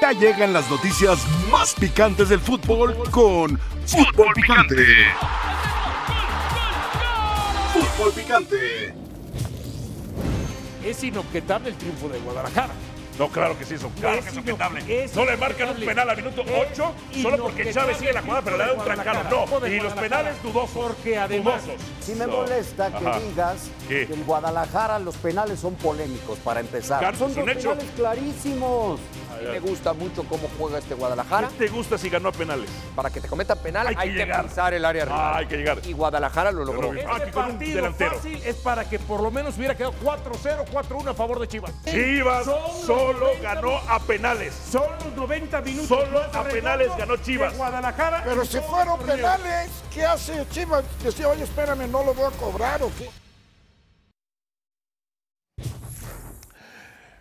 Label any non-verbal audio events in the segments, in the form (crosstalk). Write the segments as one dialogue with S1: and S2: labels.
S1: Ya llegan las noticias más picantes del fútbol con Fútbol Picante. Fútbol Picante.
S2: Es inobjetable el triunfo de Guadalajara.
S3: No, claro que sí, son claro
S2: Es
S3: que es objetable.
S2: inoc- es
S3: No le marcan un
S2: inobjetable.
S3: penal al minuto
S2: Es
S3: 8 solo porque
S2: inobjetable
S3: Chávez sigue la jugada, pero le da un
S2: Guadalajara,
S3: trancado. No,
S2: poder
S3: y los
S2: Guadalajara.
S3: penales dudosos.
S2: Porque además-
S3: dudosos.
S4: Sí me
S3: No.
S4: molesta que
S3: Ajá.
S4: digas
S3: ¿Qué?
S4: que en Guadalajara los penales son polémicos, para empezar.
S3: Carlos,
S4: son
S3: es
S4: dos
S3: un Ah, pues, hecho.
S4: penales clarísimos. A mí me gusta mucho cómo juega este Guadalajara.
S3: ¿Qué te gusta si ganó a penales?
S4: Para que te cometan penal
S3: Hay
S4: hay,
S3: que
S4: que,
S3: llegar.
S4: pensar el área rival.
S3: Ah, hay que llegar.
S4: Y Guadalajara lo logró.
S3: Pero-
S2: Este
S3: Ah, que con un
S2: partido
S3: delantero.
S2: fácil es para que por lo menos hubiera quedado 4-0, 4-1 a favor de Chivas.
S3: Chivas
S2: Son
S3: solo
S2: 90
S3: ganó a penales.
S2: Son los 90 minutos.
S3: Solo
S2: más
S3: a penales
S2: redondos
S3: ganó Chivas.
S2: de Guadalajara.
S5: Pero si fueron penales, ¿qué hace Chivas? Decía, oye, espérame, no lo voy a cobrar o qué.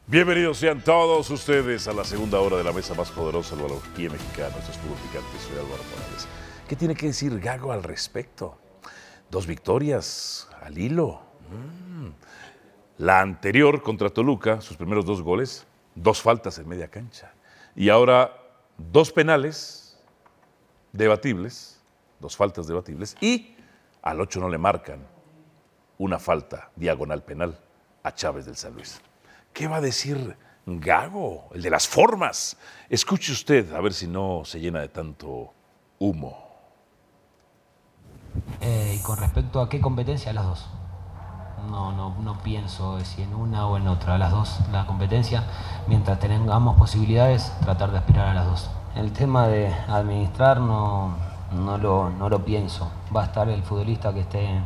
S3: Bienvenidos sean todos ustedes a la segunda hora de la mesa más poderosa del balompié mexicano. Esto es Fútbol Picante, soy Álvaro Morales. ¿Qué tiene que decir Gago al respecto? Dos victorias al hilo. Mm. La anterior contra Toluca, sus primeros dos goles, dos faltas en media cancha. Y ahora dos penales debatibles, dos faltas debatibles, y al 8 no le marcan una falta diagonal penal a Chávez del San Luis. ¿Qué va a decir Gago, el de las formas? Escuche usted, a ver si no se llena de tanto humo.
S6: Eh, y con respecto a qué competencia, las dos. No, no, no pienso si en una o en otra, las dos, la competencia. Mientras tengamos posibilidades, tratar de aspirar a las dos. El tema de administrar no, no, lo, no lo pienso. Va a estar el futbolista que esté en,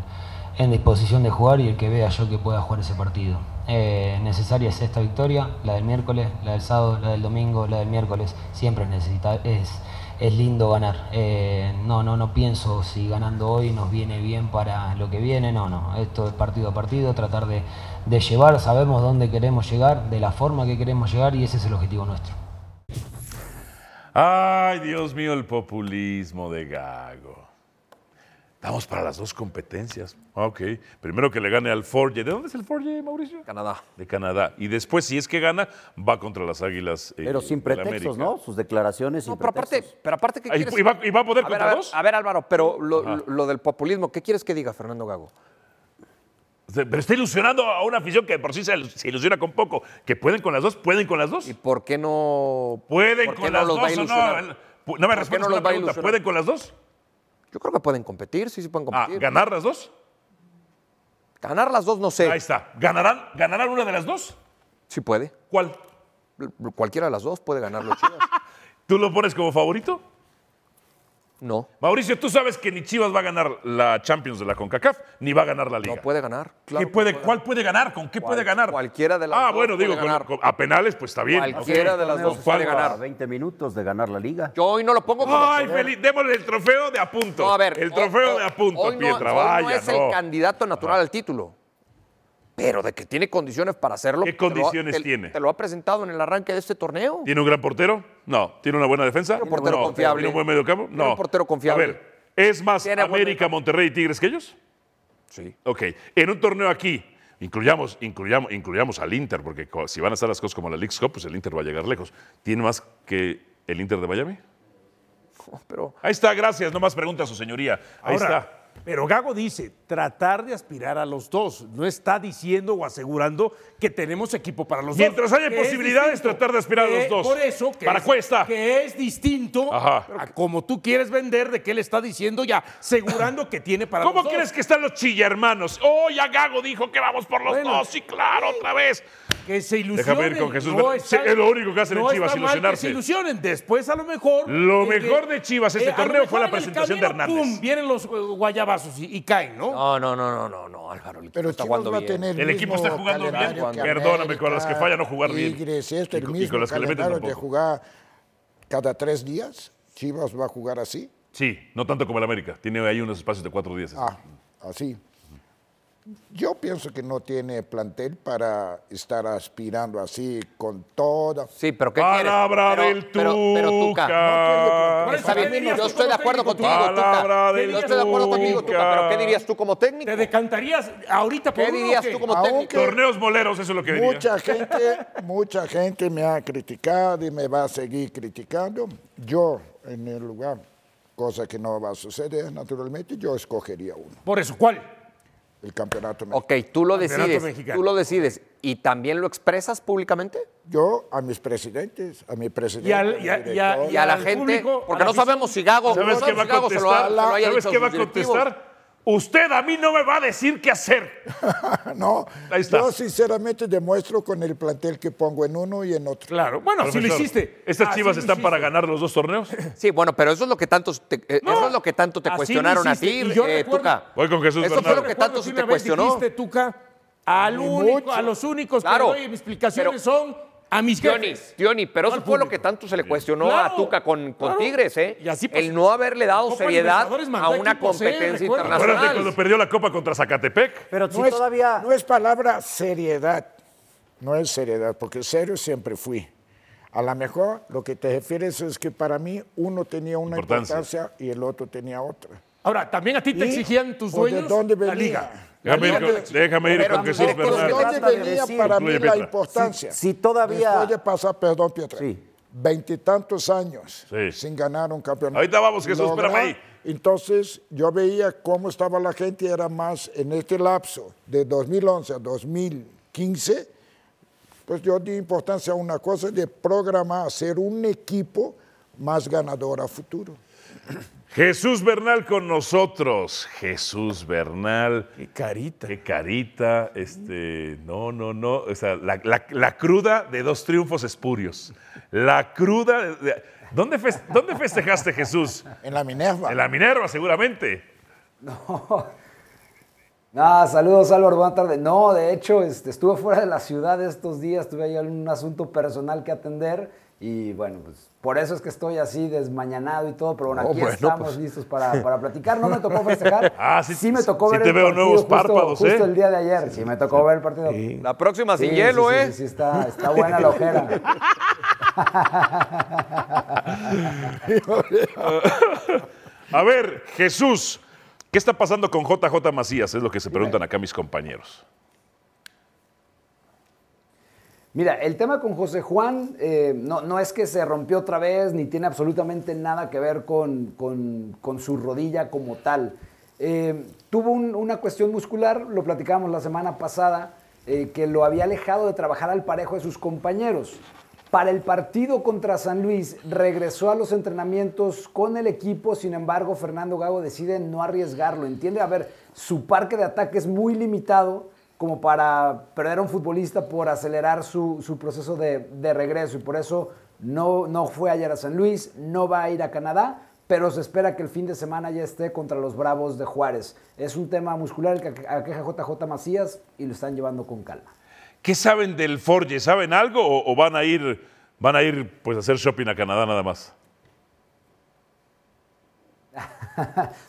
S6: en disposición de jugar y el que vea yo que pueda jugar ese partido. Eh, necesaria es esta victoria, la del miércoles, la del sábado, la del domingo, la del miércoles. Siempre es necesita, es, es lindo ganar. Eh, no, no, no pienso si ganando hoy nos viene bien para lo que viene. No, no. Esto es partido a partido, tratar de, de llevar, sabemos dónde queremos llegar, de la forma que queremos llegar y ese es el objetivo nuestro.
S3: Ay, Dios mío, el populismo de Gago. Vamos para las dos competencias. Ok. Primero que le gane al Forge. ¿De dónde es el Forge, Mauricio?
S4: Canadá.
S3: De Canadá. Y después, si es que gana, va contra las Águilas. eh,
S7: Pero sin
S3: de la
S7: pretextos,
S3: América.
S7: ¿no? Sus declaraciones
S4: No,
S7: sin
S4: pero aparte,
S7: pretextos.
S4: pero aparte, ¿qué
S3: Ah, ¿y-
S4: quieres?
S3: y va- y va a poder
S4: ver,
S3: contra
S4: ver,
S3: dos? Ah.
S4: a ver, Álvaro, pero lo,
S3: Ajá.
S4: lo del populismo, ¿qué quieres que diga Fernando Gago?
S3: Pero está ilusionando a una afición que de por sí se se ilusiona con poco. Que pueden con las dos, pueden con las dos.
S4: ¿Y por qué no,
S3: ¿Pueden
S4: por qué
S3: con
S4: no
S3: las
S4: los va a
S3: dos o no?
S4: ilusionar?
S3: Pu- No me
S4: qué no
S3: respondes la
S4: los va a
S3: pregunta.
S4: ilusionar?
S3: ¿Pueden con las dos?
S4: Yo creo que pueden competir, sí, sí pueden
S3: Ah,
S4: competir.
S3: ¿Ganar las dos?
S4: Ganar las dos, no sé.
S3: Ahí está. ¿Ganarán, ¿Ganarán una de las dos?
S4: Sí puede.
S3: ¿Cuál?
S4: Cualquiera de las dos puede ganar los Chivas.
S3: (laughs) ¿Tú lo pones como favorito?
S4: No,
S3: Mauricio, tú sabes que ni Chivas va a ganar la Champions de la CONCACAF, ni va a ganar la Liga.
S4: no puede ganar.
S3: ¿Qué
S4: Claro que
S3: puede, ¿Cuál puede ganar? ¿Con qué puede
S4: Cual-
S3: ganar?
S4: cualquiera de las
S3: Ah,
S4: dos
S3: bueno,
S4: puede
S3: digo, con-
S4: ganar.
S3: con- a penales, pues está bien.
S4: Cualquiera
S3: Ok.
S4: de las
S3: ¿Con
S4: dos
S3: cuál
S4: puede
S3: va?
S4: ganar.
S7: A 20 minutos de ganar la liga.
S4: Yo hoy no lo pongo como
S3: Ay,
S4: favorito.
S3: feliz, démosle el trofeo de apunto.
S4: No, a ver.
S3: El
S4: hoy-
S3: trofeo
S4: hoy-
S3: de apunto,
S4: hoy no-
S3: Pietra,
S4: hoy
S3: vaya,
S4: no es
S3: no.
S4: el candidato natural al título. Pero de que tiene condiciones para hacerlo.
S3: ¿Qué
S4: te lo ha-
S3: condiciones
S4: te-
S3: tiene?
S4: Te lo ha presentado en el arranque de este torneo.
S3: ¿Tiene un gran portero? No. ¿Tiene una buena defensa?
S4: Tiene un portero
S3: No.
S4: confiable.
S3: ¿Tiene un buen mediocampo? No.
S4: Tiene un portero confiable.
S3: A ver, ¿es más
S4: Tiene buen
S3: América, Monterrey y Tigres que ellos?
S4: Sí.
S3: Ok. En un torneo aquí, incluyamos, incluyamos, incluyamos al Inter, porque co- si van a estar las cosas como la League Cup, pues el Inter va a llegar lejos. ¿Tiene más que el Inter de
S4: (laughs)
S3: Miami?
S4: Pero
S3: Ahí está, gracias. No más preguntas, su señoría. Ahí
S2: Ahora,
S3: está.
S2: Pero Gago dice, tratar de aspirar a los dos. No está diciendo o asegurando que tenemos equipo para los
S3: Mientras
S2: dos.
S3: haya
S2: que es
S3: posibilidades,
S2: distinto.
S3: tratar de aspirar a los
S2: Que-
S3: dos.
S2: Por eso, que
S3: ¿Para
S2: es,
S3: cuesta?
S2: que es distinto
S3: Ajá.
S2: a como tú quieres vender de que él está diciendo ya, asegurando que tiene para
S3: ¿Cómo
S2: los dos.
S3: crees que están los chilla hermanos? Oh, ya Gago dijo que vamos por los
S2: Bueno.
S3: dos. Sí, claro, otra vez.
S2: Que se ilusionen.
S3: Déjame ir con Jesús
S2: No
S3: Bernal.
S2: está-
S3: Sí, es lo único que hacen en
S2: no
S3: Chivas,
S2: está mal que
S3: ilusionarse.
S2: se ilusionen. Después, a lo mejor.
S3: Lo
S2: eh,
S3: mejor de Chivas este
S2: a lo
S3: torneo
S2: mejor
S3: fue la
S2: en el
S3: presentación de
S2: camino,
S3: Hernández.
S2: pum, vienen los eh, guayabazos y, y caen, ¿no?
S4: no, no, no, no, no, no Álvaro. el equipo
S5: Pero
S4: está
S5: Chivas
S4: jugando
S5: va a
S4: bien.
S5: tener
S3: El equipo
S5: mismo
S3: está jugando bien.
S5: calendario que
S3: Perdóname, con las que falla no jugar bien.
S5: Tigres, esto,
S3: Y
S5: el
S3: con- y
S5: mismo
S3: con las que le meten
S5: calendario de
S3: tampoco.
S5: jugar cada tres días. Chivas va a jugar así.
S3: Sí, no tanto como el América. Tiene ahí unos espacios de cuatro días.
S5: Ah, así. Ah, Yo pienso que no tiene plantel para estar aspirando así con toda.
S4: Sí, pero ¿qué
S3: Palabra
S4: quieres?
S3: del
S4: Pero, pero, pero Tuca,
S3: Tuca.
S2: Por eso
S4: Está bien,
S2: ¿qué dirías
S4: yo
S2: tú
S4: estoy de
S2: como
S4: acuerdo
S2: técnico,
S4: contigo,
S3: Palabra
S4: Tuca.
S3: del
S4: Yo estoy de acuerdo contigo,
S3: Tuca.
S4: Tuca, pero ¿qué dirías tú como técnico?
S2: ¿Te decantarías ahorita por
S4: ¿Qué
S2: uno o
S4: dirías
S2: qué?
S4: tú como
S5: Aunque-
S4: técnico?
S3: Torneos moleros, eso es lo que diría.
S5: Mucha gente, mucha gente me ha criticado y me va a seguir criticando. Yo, en el lugar, cosa que no va a suceder, naturalmente, yo escogería uno,
S2: (laughs) Por eso, ¿cuál?
S5: el campeonato mexicano.
S4: Ok, tú lo
S2: Campeonato
S4: decides.
S2: mexicano.
S4: Tú lo decides. ¿Y también lo expresas públicamente?
S5: Yo a mis presidentes, a mi presidente,
S2: Y al- y a-
S5: mi
S2: y a-
S5: director,
S4: Y a la
S2: al
S4: gente,
S2: público,
S4: porque
S2: a
S4: no
S2: la
S4: sabemos si Gago, no
S3: ¿Sabes qué
S4: sabemos
S3: va
S4: si
S3: a
S4: Gago se lo, ha-
S3: contestar?
S4: se lo haya
S3: ¿Sabes
S4: dicho a
S3: qué
S4: sus
S3: va a
S4: directivos.
S3: contestar? Usted a mí no me va a decir qué hacer.
S5: No,
S3: Ahí está.
S5: yo sinceramente demuestro con el plantel que pongo en uno y en otro. Ah,
S2: Claro. Bueno, si lo
S3: Profesor,
S2: hiciste.
S3: ¿Estas
S2: Así
S3: chivas
S2: lo
S3: están para
S2: hiciste.
S3: ganar los dos torneos?
S4: (laughs) Sí, bueno, pero eso es lo que tanto te, eh,
S2: No,
S4: eso es lo que tanto te
S2: así lo
S4: cuestionaron a ti,
S2: hiciste, y yo
S4: eh,
S2: recuerdo-
S4: Tuca.
S3: Voy con Jesús
S4: Eso fue
S3: Bernardo.
S4: lo que
S2: Recuerdo
S4: tanto sí
S2: una
S4: te
S2: vez
S4: cuestionó.
S2: dijiste, Tuca, al
S5: Ni
S2: único-
S5: mucho.
S2: a los únicos
S4: Claro.
S2: que doy mis explicaciones
S4: Pero-
S2: son a mis
S4: Diony,
S2: jefes.
S4: Diony, pero eso
S2: No al
S4: fue lo que
S2: público.
S4: tanto se le cuestionó
S2: Claro,
S4: a Tuca con, con
S2: claro.
S4: Tigres, ¿eh?
S2: Y así pasó.
S4: El no haberle dado
S2: Copa
S4: seriedad
S2: Libertadores
S4: a
S2: mandó
S4: una
S2: equipos, ¿eh?
S4: competencia
S2: Recuerda.
S3: Acuérdate cuando
S4: internacional.
S3: perdió la Copa contra Zacatepec.
S7: Pero si
S5: no, es,
S7: todavía.
S5: no es palabra seriedad, no es seriedad, porque serio siempre fui. A lo mejor lo que te refieres es que para mí uno tenía una
S3: Importancia.
S5: importancia, y el otro tenía otra.
S2: Ahora, también a ti te
S5: ¿Y?
S2: exigían tus
S5: ¿O de
S2: dueños
S5: dónde
S2: la
S5: venía?
S2: liga.
S3: Déjame ir,
S5: Liga
S3: con-
S5: de-
S3: déjame ir
S4: Pero
S3: con
S4: a
S3: Jesús
S4: mí me
S5: ¿De
S7: Pero
S3: Bernardo.
S7: cuestionó-
S5: dónde
S7: trata de
S5: venía
S7: decir-
S5: para
S3: Incluye
S5: mí la
S3: Petra.
S5: importancia?
S7: Si- si todavía-
S5: Después de pasar, perdón, Pietra,
S7: Sí.
S5: veintitantos años
S3: Sí.
S5: sin ganar un campeonato.
S3: Ahorita vamos, Jesús,
S5: Lograr-
S3: espérame ahí.
S5: Entonces, yo veía cómo estaba la gente, era más en este lapso de 2011 a 2015, pues yo di importancia a una cosa de programar, hacer un equipo más ganador a futuro.
S3: Jesús Bernal con nosotros. Jesús Bernal.
S2: Qué carita.
S3: Qué carita, este, no, no, no, o sea, la, la- la cruda de dos triunfos espurios. La cruda de- de- ¿dónde, fes- dónde festejaste Jesús?
S5: En la Minerva.
S3: En la Minerva, seguramente.
S5: (laughs)
S8: (laughs) Nada, saludos Álvaro, buenas tardes. No, de hecho, este, estuve fuera de la ciudad estos días, tuve ahí un asunto personal que atender y bueno, pues por eso es que estoy así desmañanado y todo, pero bueno,
S5: No,
S8: aquí
S5: bueno,
S8: estamos
S5: pues.
S8: listos para, para platicar. No me tocó
S7: (laughs)
S8: festejar,
S3: (laughs) Ah, sí,
S8: me tocó
S3: sí
S8: ver
S3: te
S8: el
S3: veo
S8: partido
S3: nuevos
S8: justo,
S3: párpados,
S8: justo
S3: ¿eh?
S8: el día de ayer, sí, me tocó ver el partido.
S4: La próxima sin
S8: Sí,
S4: hielo,
S8: sí, sí,
S4: ¿eh?
S8: Sí, sí, está, está buena la ojera.
S3: A ver, Jesús, ¿qué está pasando con JJ Macías? Es lo que se preguntan acá mis compañeros.
S8: Mira, el tema con José Juan eh, no, no es que se rompió otra vez ni tiene absolutamente nada que ver con, con- con su rodilla como tal. Eh, tuvo un- una cuestión muscular, lo platicábamos la semana pasada, eh, que lo había alejado de trabajar al parejo de sus compañeros. Para el partido contra San Luis regresó a los entrenamientos con el equipo, sin embargo Fernando Gago decide no arriesgarlo, entiende, a ver, su parque de ataque es muy limitado como para perder a un futbolista por acelerar su, su proceso de, de regreso y por eso no, no fue ayer a San Luis, no va a ir a Canadá, pero se espera que el fin de semana ya esté contra los Bravos de Juárez. Es un tema muscular el que aqueja JJ Macías y lo están llevando con calma.
S3: ¿Qué saben del Forge? ¿Saben algo o, o van a ir, van a ir pues a hacer shopping a Canadá nada más?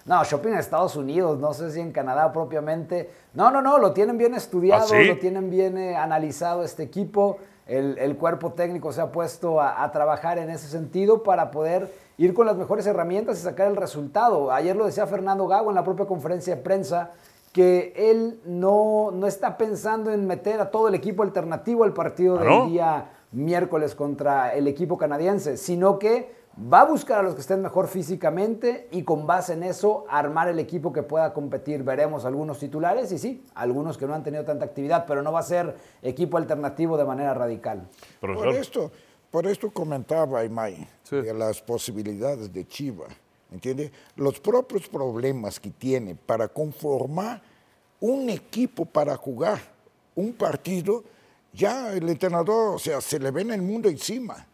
S8: No, shopping en Estados Unidos, no sé si en Canadá propiamente. No, no, no, lo tienen bien estudiado,
S3: ¿Ah, sí?
S8: lo tienen bien eh, analizado este equipo. El, el cuerpo técnico se ha puesto a, a trabajar en ese sentido para poder ir con las mejores herramientas y sacar el resultado. Ayer lo decía Fernando Gago en la propia conferencia de prensa, que él no, no está pensando en meter a todo el equipo alternativo al partido
S3: ¿Ah,
S8: del
S3: no?
S8: día miércoles contra el equipo canadiense, sino que va a buscar a los que estén mejor físicamente y con base en eso armar el equipo que pueda competir. Veremos algunos titulares y sí, algunos que no han tenido tanta actividad, pero no va a ser equipo alternativo de manera radical.
S5: Por
S3: Profesor.
S5: esto, por esto comentaba Aymay, de las posibilidades de Chiva, ¿entiende? Los propios problemas que tiene para conformar un equipo para jugar un partido, ya el entrenador, o sea, se le ve en el mundo encima.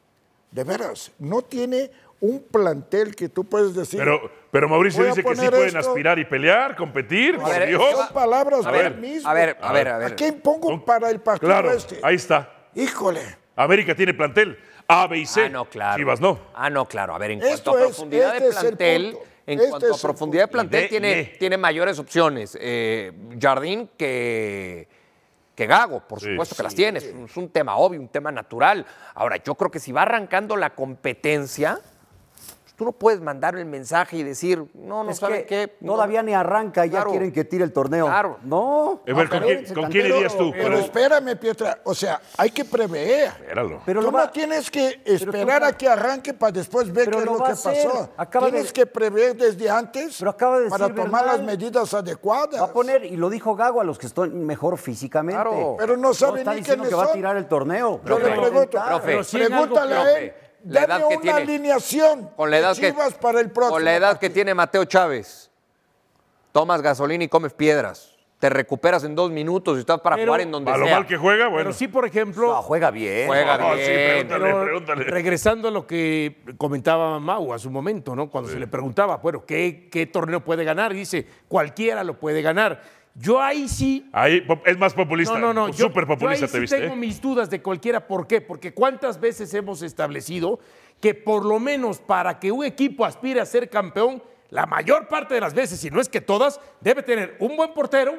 S5: De veras, no tiene un plantel que tú puedes decir.
S3: Pero, pero Mauricio
S5: Voy a
S3: dice que sí
S5: poner
S3: pueden
S5: esto.
S3: aspirar y pelear, competir,
S5: A
S3: por
S4: ver,
S3: Dios.
S5: son palabras
S3: A
S5: de
S3: ver,
S5: él mismo.
S4: a ver, a ver, a
S5: ¿A
S4: ver.
S5: quién pongo para el partido
S3: Claro,
S5: este?
S3: ahí está.
S5: Híjole.
S3: América tiene plantel A, B y C.
S4: Ah, no, claro.
S3: Chivas no. Eh,
S4: Ah, no, claro. A ver, en
S5: Esto
S4: cuanto a
S5: es-
S4: profundidad
S5: este
S4: de
S5: es el
S4: plantel,
S5: punto.
S4: En
S5: Este
S4: cuanto a
S5: es el
S4: profundidad de
S5: punto.
S4: plantel,
S3: Y ve-
S4: tiene,
S3: ve.
S4: tiene mayores opciones. Eh, Jardín que, que Gago, por
S3: Sí.
S4: supuesto que las tiene. Es un- es un tema obvio, un tema natural. Ahora, yo creo que si va arrancando la competencia, pues tú no puedes mandar el mensaje y decir, no, no
S7: Es
S4: saben
S7: que
S4: qué. no.
S7: todavía ni arranca y ya
S4: Claro.
S7: quieren que tire el torneo.
S4: Claro.
S7: No. Ah,
S3: A ver, ¿con quién, con quién irías tú?
S5: Pero espérame, Pietra. O sea, hay que prever.
S3: Espéralo.
S7: Pero
S5: tú
S7: lo va-
S5: no tienes que
S7: tú
S5: esperar
S7: va-
S5: a que arranque para después ver
S7: Pero
S5: qué es
S7: lo
S5: lo
S7: va a
S5: que
S7: hacer.
S5: pasó.
S7: Acaba de-
S5: tienes que prever desde antes
S7: Pero acaba de
S5: para
S7: decir
S5: tomar las
S7: Bernal.
S5: medidas adecuadas.
S7: Va a poner, y lo dijo Gago, a los que están mejor físicamente.
S4: Claro.
S5: Pero no sabe
S7: está
S5: ni
S7: diciendo
S5: quiénes
S7: que va a
S5: son.
S7: tirar el torneo.
S5: Yo le
S4: Profe,
S5: pregunto,
S4: profe,
S5: pero
S2: sí en algo,
S5: pregúntale a
S4: profe,
S5: él,
S4: la edad
S5: dame
S4: que
S5: una
S7: (laughs)
S4: tiene.
S5: alineación
S4: con la
S5: de
S4: edad que
S5: Chivas para el próximo.
S4: con la
S5: (laughs)
S4: edad que tiene Mateo Chávez tomas gasolina y comes piedras te recuperas en dos minutos y estás para
S2: Pero-
S4: jugar en donde
S3: A lo
S4: sea
S3: mal que juega,
S2: Pero
S3: bueno.
S2: sí, por ejemplo,
S7: No, juega bien.
S4: juega
S3: No, sí,
S4: bien
S3: pregúntale, pregúntale.
S2: regresando a lo que comentaba Mau a su momento, ¿no? Cuando se le preguntaba, bueno, ¿qué, qué torneo puede ganar? Y dice, cualquiera lo puede ganar. Yo ahí sí.
S3: Ahí po- es más populista.
S2: No, no, no. Yo,
S3: Súper
S2: yo
S3: populista
S2: ahí sí
S3: te viste.
S2: tengo
S3: ¿eh?
S2: mis dudas de cualquiera. ¿Por qué? Porque cuántas veces hemos establecido que por lo menos para que un equipo aspire a ser campeón, la mayor parte de las veces, si no es que todas, debe tener un buen portero,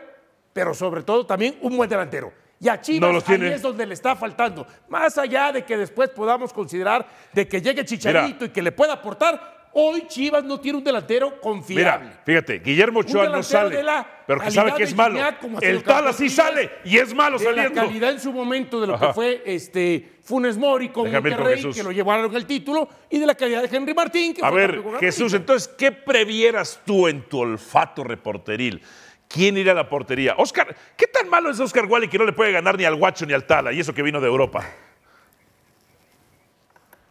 S2: pero sobre todo también un buen delantero. Y a Chivas
S3: No los tiene.
S2: ahí es donde le está faltando. Más allá de que después podamos considerar de que llegue Chicharito
S3: Mira.
S2: y que le pueda aportar, hoy Chivas no tiene un delantero confiable.
S3: Mira, fíjate, Guillermo Ochoa no
S2: delantero
S3: sale,
S2: de la
S3: pero que
S2: calidad
S3: sabe que
S2: de
S3: es malo.
S2: Guiñac, como ha sido
S3: El Tala
S2: campeón
S3: sí
S2: Chivas,
S3: sale y es malo
S2: de
S3: saliendo.
S2: La calidad en su momento de lo
S3: Ajá.
S2: que fue este Funes Mori con
S3: Déjame ir con
S2: Monterrey,
S3: Jesús.
S2: que lo llevaron al título, y de la calidad de Henry Martín. Que
S3: A
S2: fue
S3: ver,
S2: campeón con América.
S3: Jesús, entonces, ¿qué previeras tú en tu olfato reporteril? ¿Quién irá a la portería? Oscar, ¿qué tan malo es Oscar Wally que no le puede ganar ni al Guacho ni al Tala? Y eso que vino de Europa.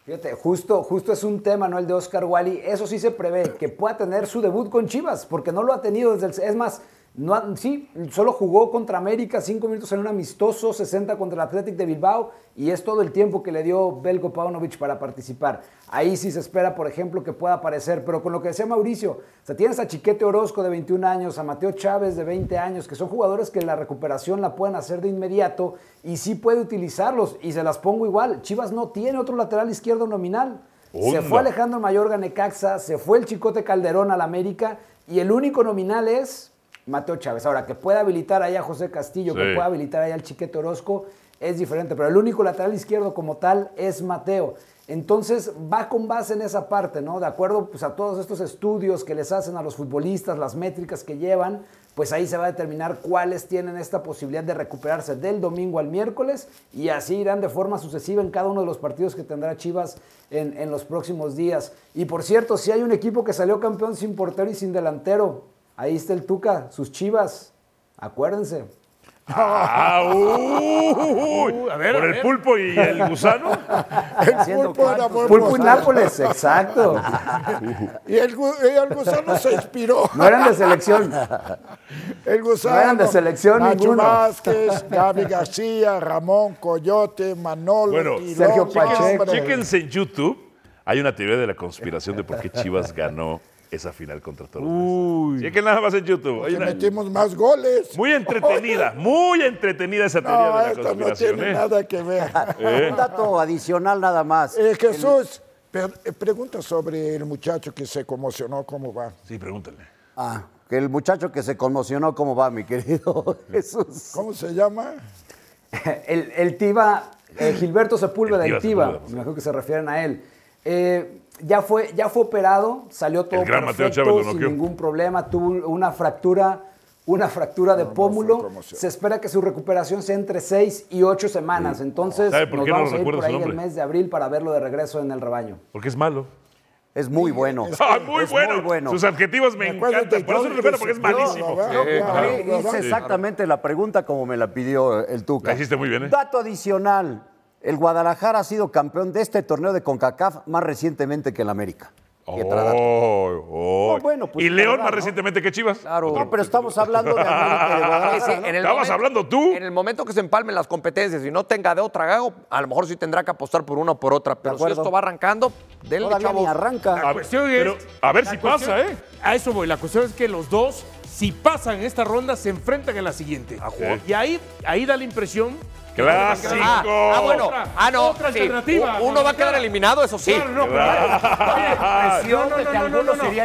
S8: Fíjate, justo, justo es un tema, ¿no? El de Oscar Wally. Eso sí se prevé, que pueda tener su debut con Chivas, porque no lo ha tenido desde el. Es más, no ha- sí, solo jugó contra América, cinco minutos en un amistoso, 60 contra el Athletic de Bilbao, y es todo el tiempo que le dio Belko Paunovic para participar. Ahí sí se espera, por ejemplo, que pueda aparecer, pero con lo que decía Mauricio, o sea, tienes a Chiquete Orozco de 21 años, a Mateo Chávez de 20 años, que son jugadores que la recuperación la pueden hacer de inmediato y sí puede utilizarlos. Y se las pongo igual. Chivas no tiene otro lateral izquierdo nominal.
S3: Onda.
S8: Se fue Alejandro Mayorga a Necaxa, se fue el Chicote Calderón al América y el único nominal es Mateo Chávez. Ahora, que pueda habilitar ahí a José Castillo,
S3: Sí.
S8: que pueda habilitar ahí al Chiquete Orozco, es diferente. Pero el único lateral izquierdo como tal es Mateo. Entonces va con base en esa parte, ¿no? De acuerdo pues, a todos estos estudios que les hacen a los futbolistas, las métricas que llevan, pues ahí se va a determinar cuáles tienen esta posibilidad de recuperarse del domingo al miércoles y así irán de forma sucesiva en cada uno de los partidos que tendrá Chivas en, en los próximos días. Y por cierto, si hay un equipo que salió campeón sin portero y sin delantero, ahí está el Tuca, sus Chivas, acuérdense.
S3: Ah, uy,
S2: a ver,
S3: ¿Por
S2: a
S3: el
S2: ver. (laughs)
S3: pulpo y el gusano?
S5: El pulpo era buen
S8: Pulpo y
S5: gusano.
S3: (laughs)
S8: Nápoles, exacto.
S5: Y el, gu- y el gusano se inspiró.
S8: No eran de selección.
S5: (laughs) El gusano.
S8: no eran de selección
S5: Nacho
S8: ninguno.
S5: Vázquez, Gaby García, Ramón Coyote, Manolo,
S3: Bueno,
S5: Tirón,
S8: Sergio
S5: no,
S8: Pacheco.
S5: hombre.
S3: Chéquense en YouTube. Hay una teoría de la conspiración de por qué Chivas ganó esa final contra Toros. Uy. Chequen nada más en YouTube. Hay
S5: Que
S3: una-
S5: metimos más goles.
S3: muy
S5: (laughs)
S3: entretenida, muy entretenida esa teoría
S5: No,
S3: de la
S5: esto no
S3: conspiración.
S5: tiene
S3: ¿eh?
S5: nada que ver.
S7: Eh. Un dato adicional nada más.
S5: Eh, Jesús, per- eh, pregunta sobre el muchacho que se conmocionó, ¿cómo va?
S3: Sí, pregúntale.
S7: Ah, que el muchacho que se conmocionó, ¿cómo va, mi querido Jesús?
S5: ¿Cómo se llama?
S8: (laughs) El, el Tiva, eh, Gilberto Sepúlveda,
S3: El
S8: el,
S3: Tiva
S8: Tiva,
S3: Sepúlveda,
S8: me imagino que se refieren a él. Eh, ya, fue, ya fue operado, salió todo
S3: El gran Mateo
S8: perfecto,
S3: Chávez lo
S8: sin
S3: noqueó.
S8: ningún problema, tuvo una fractura, una fractura de pómulo. se espera que su recuperación sea entre 6 y 8 semanas, entonces
S3: ¿Sabe por
S8: nos
S3: qué no
S8: vamos a ir
S3: recuerdo
S8: por
S3: su
S8: ahí el
S3: nombre?
S8: mes de abril para verlo de regreso en el rebaño.
S3: Porque es malo.
S7: Es muy bueno.
S3: Ah, muy,
S7: Es
S3: bueno.
S7: muy bueno.
S3: Sus adjetivos me,
S5: acuerdo
S3: encantan.
S5: de
S3: Por eso lo
S5: Johnny
S3: recuerdo,
S5: que
S3: porque es
S5: se-
S3: malísimo.
S5: No, no,
S4: Sí,
S5: no,
S7: Eh,
S5: no,
S7: Hice
S5: no.
S7: exactamente la pregunta como me la pidió el Tuca.
S3: La hiciste muy bien, ¿eh?
S7: Dato adicional. El Guadalajara ha sido campeón de este torneo de CONCACAF más recientemente que el América. Qué tradazo.
S3: Oh, oh.
S7: No, bueno, pues,
S3: y
S7: la
S3: León
S7: verdad,
S3: más
S7: ¿no?
S3: recientemente que Chivas.
S4: Claro.
S7: No, pero estamos hablando de América
S4: (laughs)
S7: y de
S4: Ese,
S7: Guadalajara. ¿no?
S4: en el
S3: Estabas hablando tú.
S4: En el momento que se empalmen las competencias y no tenga de otra gago, a lo mejor sí tendrá que apostar por una o por otra. Pero si
S7: acuerdo.
S4: esto va arrancando, denle,
S7: Todavía
S4: chavos.
S7: ni arranca.
S2: La cuestión es.
S3: pero a ver
S2: la
S3: si
S2: cuestión-
S3: pasa, ¿eh?
S2: A eso voy. La cuestión es que los dos, si pasan esta ronda, se enfrentan en la siguiente.
S3: jugar.
S2: Y ahí, ahí da la impresión
S3: Que Clásico.
S4: Ah, ah, bueno. Ah, no.
S2: Otra
S4: sí.
S2: alternativa.
S4: U- Uno va a quedar
S2: Claro.
S4: eliminado, eso sí.
S2: Claro, no, pero-
S4: (laughs)
S2: Oye,
S9: presión de que alguno sería
S2: Pero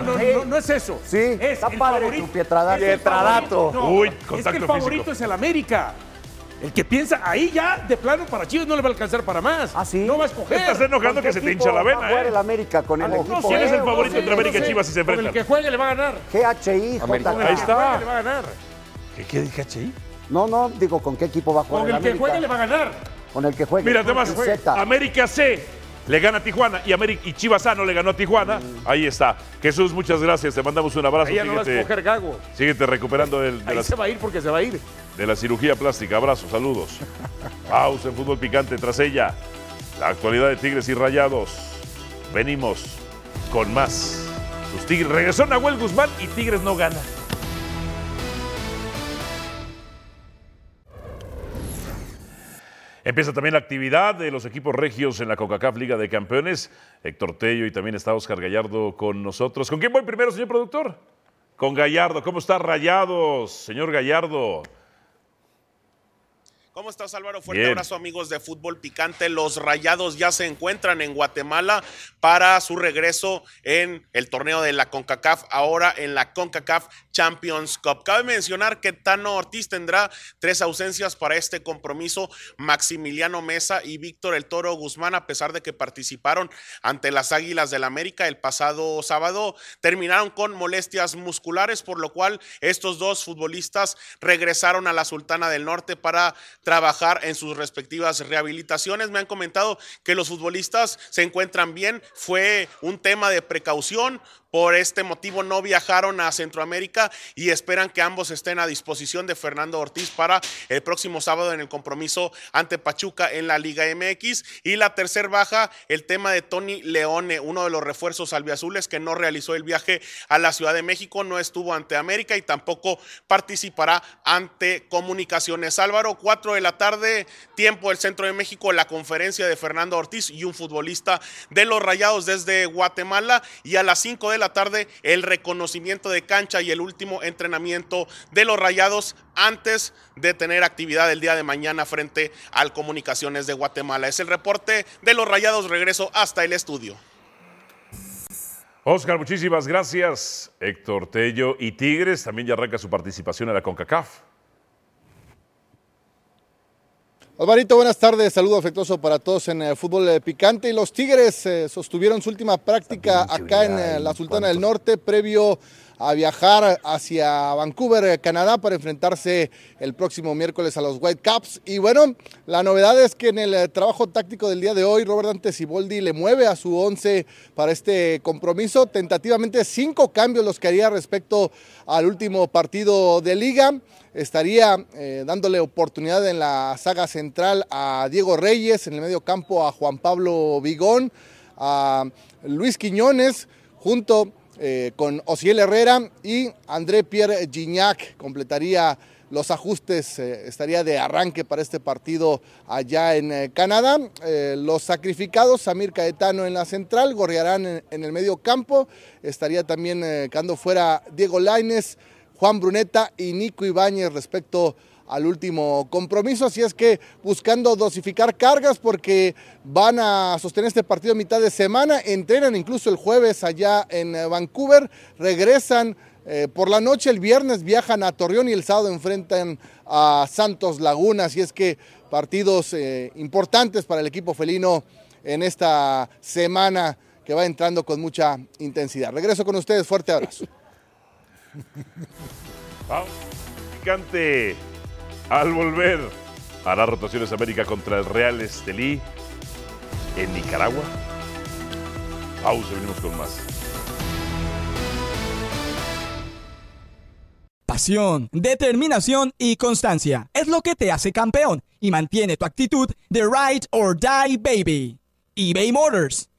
S2: no, no, no, no es eso.
S7: Sí,
S2: Es
S7: está
S2: el
S7: padre
S2: favorito.
S7: tu Pietradato.
S2: Es el
S4: Pietradato.
S2: favorito. No,
S3: Uy,
S2: es
S3: contacto
S2: que el
S3: físico.
S2: favorito es el América. El que piensa, ahí ya, de plano para Chivas no le va a alcanzar para más.
S7: Ah, ¿sí?
S2: No va a escoger.
S3: Estás enojando
S7: ¿Con qué
S3: que se te
S7: equipo
S3: hincha la
S7: Va
S3: vena,
S7: a jugar
S3: ¿eh?
S7: el América con el
S2: No
S7: equipo.
S2: sé,
S3: ¿Quién es el
S2: no
S3: favorito
S2: sé,
S3: entre América y
S2: no sé.
S3: Chivas si se
S2: Con El
S3: enfrentan?
S2: que juegue le va a ganar.
S7: GHI,
S4: América.
S2: Con el
S3: Ahí
S2: que
S3: está.
S2: juegue le va a ganar.
S3: ¿Qué, qué dije, Chi?
S7: No, no, digo, ¿con qué equipo va a jugar
S2: Con el que
S7: América?
S2: juegue le va a ganar.
S7: Con el que juegue.
S3: Mira,
S7: Con
S3: además,
S7: el Z.
S3: América C le gana a Tijuana y, América, y Chivas A no le ganó a Tijuana.
S7: Mm.
S3: Ahí está. Jesús, muchas gracias. Te mandamos un abrazo.
S2: Ahí ya no va a escoger Gago.
S3: síguete recuperando del- de,
S2: Ahí
S3: la,
S2: se va a ir porque se va a ir.
S3: de la cirugía plástica. Abrazos,
S2: (laughs)
S3: saludos. Pausa en fútbol picante. Tras ella, la actualidad de Tigres y Rayados. Venimos con más. Sus Tigres. Regresó Nahuel Guzmán y Tigres no gana. Empieza también la actividad de los equipos regios en la CONCACAF Liga de Campeones. Héctor Tello y también está Oscar Gallardo con nosotros. ¿Con quién voy primero, señor productor? Con Gallardo. ¿Cómo está Rayados, señor Gallardo?
S10: ¿Cómo estás, Álvaro? Fuerte
S3: Bien.
S10: abrazo, amigos de Fútbol Picante. Los rayados ya se encuentran en Guatemala para su regreso en el torneo de la CONCACAF, ahora en la CONCACAF Champions Cup. Cabe mencionar que Tano Ortiz tendrá tres ausencias para este compromiso: Maximiliano Mesa y Víctor El Toro Guzmán, a pesar de que participaron ante las Águilas del América el pasado sábado, terminaron con molestias musculares, por lo cual estos dos futbolistas regresaron a la Sultana del Norte para trabajar en sus respectivas rehabilitaciones. Me han comentado que los futbolistas se encuentran bien. Fue un tema de precaución. Por este motivo no viajaron a Centroamérica y esperan que ambos estén a disposición de Fernando Ortiz para el próximo sábado en el compromiso ante Pachuca en la Liga MX. Y la tercer baja, el tema de Tony Leone, uno de los refuerzos albiazules que no realizó el viaje a la Ciudad de México, no estuvo ante América y tampoco participará ante Comunicaciones. Álvaro, 4 de la tarde, tiempo del Centro de México, la conferencia de Fernando Ortiz y un futbolista de los Rayados desde Guatemala y a las 5 de la tarde el reconocimiento de cancha y el último entrenamiento de los Rayados antes de tener actividad el día de mañana frente al Comunicaciones de Guatemala. Es el reporte de los Rayados, regreso hasta el estudio.
S3: Oscar, muchísimas gracias. Héctor Tello y Tigres también ya arranca su participación en la CONCACAF.
S11: Alvarito, buenas tardes. Saludo afectuoso para todos en eh, Fútbol eh, Picante. Y los Tigres eh, sostuvieron su última práctica
S7: Está pinche
S11: acá en
S7: brigada,
S11: eh, la
S7: ¿y
S11: Sultana
S7: cuántos?
S11: del Norte previo a viajar hacia Vancouver, eh, Canadá, para enfrentarse el próximo miércoles a los White Caps. Y bueno, la novedad es que en el eh, trabajo táctico del día de hoy, Robert Dante Siboldi le mueve a su 11 para este compromiso. Tentativamente cinco cambios los que haría respecto al último partido de liga estaría eh, dándole oportunidad en la saga central a Diego Reyes, en el medio campo a Juan Pablo Vigón, a Luis Quiñones, junto eh, con Osiel Herrera y André Pierre Gignac. Completaría los ajustes, eh, estaría de arranque para este partido allá en eh, Canadá. Eh, los sacrificados, Samir Caetano en la central, Gorriarán en, en el medio campo, estaría también eh, quedando fuera Diego Laines. Juan Bruneta y Nico Ibáñez respecto al último compromiso. Así es que buscando dosificar cargas porque van a sostener este partido a mitad de semana. Entrenan incluso el jueves allá en eh, Vancouver. Regresan eh, por la noche. El viernes viajan a Torreón y el sábado enfrentan a Santos Laguna. Así es que partidos eh, importantes para el equipo felino en esta semana que va entrando con mucha intensidad. Regreso con ustedes. Fuerte abrazo.
S3: Vamos, picante. Al volver, hará rotaciones América contra el Real Estelí en Nicaragua. Pausa, venimos con más.
S9: Pasión, determinación y constancia es lo que te hace campeón y mantiene tu actitud de ride or die baby. eBay Motors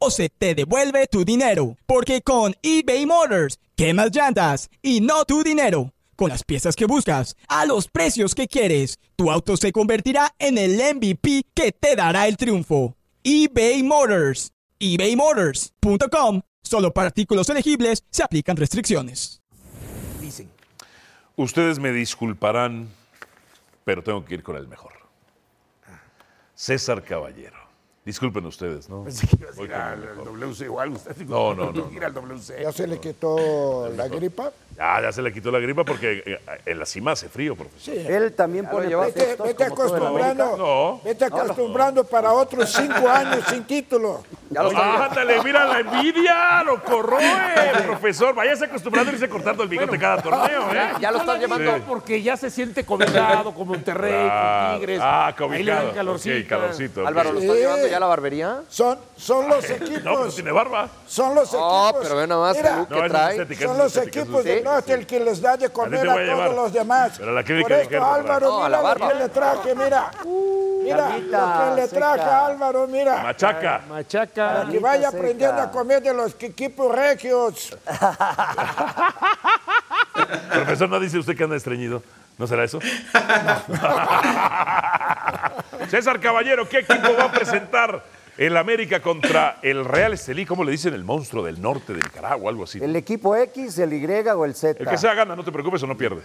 S9: o se te devuelve tu dinero. Porque con eBay Motors, quemas llantas y no tu dinero. Con las piezas que buscas, a los precios que quieres, tu auto se convertirá en el MVP que te dará el triunfo. eBay Motors. ebaymotors.com. Solo para artículos elegibles se aplican restricciones.
S2: Dicen.
S3: Ustedes me disculparán, pero tengo que ir con el mejor.
S2: Ah.
S3: César Caballero. Disculpen ustedes, ¿no?
S2: Pensé que ibas a
S3: Voy
S2: ir
S3: con
S5: "Ah,
S2: al
S3: el mejor.
S2: WC o algo. Estás
S3: No, no, no,
S2: Ir al WC.
S5: Ya se le quitó la gripa.
S3: Ah, ya se le quitó la gripa porque eh, en la cima hace frío, profesor.
S7: Él también pone
S5: Vete,
S7: pretextos
S5: vete
S7: como todo en América.
S5: acostumbrando,
S3: No.
S5: vete acostumbrando para otros cinco años sin título.
S3: Ah, Ándale, mira la envidia, lo corroe, profesor. Váyase acostumbrando a irse cortando el bigote cada torneo, ¿eh?
S4: (laughs) ya lo estás llevando.
S3: Sí.
S2: Porque ya se siente cobijado con Monterrey,
S3: Claro.
S2: con Tigres.
S3: Ah,
S2: Ahí le
S3: cobijado.
S2: dan
S3: Ok,
S2: calorcito.
S3: calorcito, ok.
S4: Álvaro, ¿lo estás llevando ya a la barbería?
S5: Son, son los
S3: (laughs) No, pero
S5: equipos.
S3: tiene barba.
S5: Son los
S4: No,
S5: equipos.
S4: Ah, pero ve nada más el
S5: pues,
S4: look
S5: Mira,
S4: que
S3: No, es
S4: trae.
S3: estética.
S5: Son los
S3: Platicas,
S5: equipos
S4: sí,
S5: del norte el que les da de comer
S3: te
S5: a,
S3: voy a llevar.
S5: todos los demás.
S3: Pero la clínica
S5: Por
S3: de
S5: esto
S3: Gerber,
S5: Álvaro,
S4: No, a la
S5: mira lo
S4: barba.
S5: que le traje, mira. Mira
S7: Carnita
S5: lo que le traje
S7: seca.
S5: a Álvaro, mira.
S3: Machaca.
S2: Machaca.
S5: Para que vaya
S7: seca.
S5: aprendiendo a comer de los que- equipos regios.
S3: Profesor, ¿no dice usted que anda estreñido? ¿No será eso? César Caballero, ¿qué equipo va a presentar el América contra el Real Estelí? ¿Cómo le dicen el monstruo del norte de Nicaragua? Algo así.
S7: El equipo X, el Y o el Z.
S3: El que sea gana, no te preocupes o no pierde.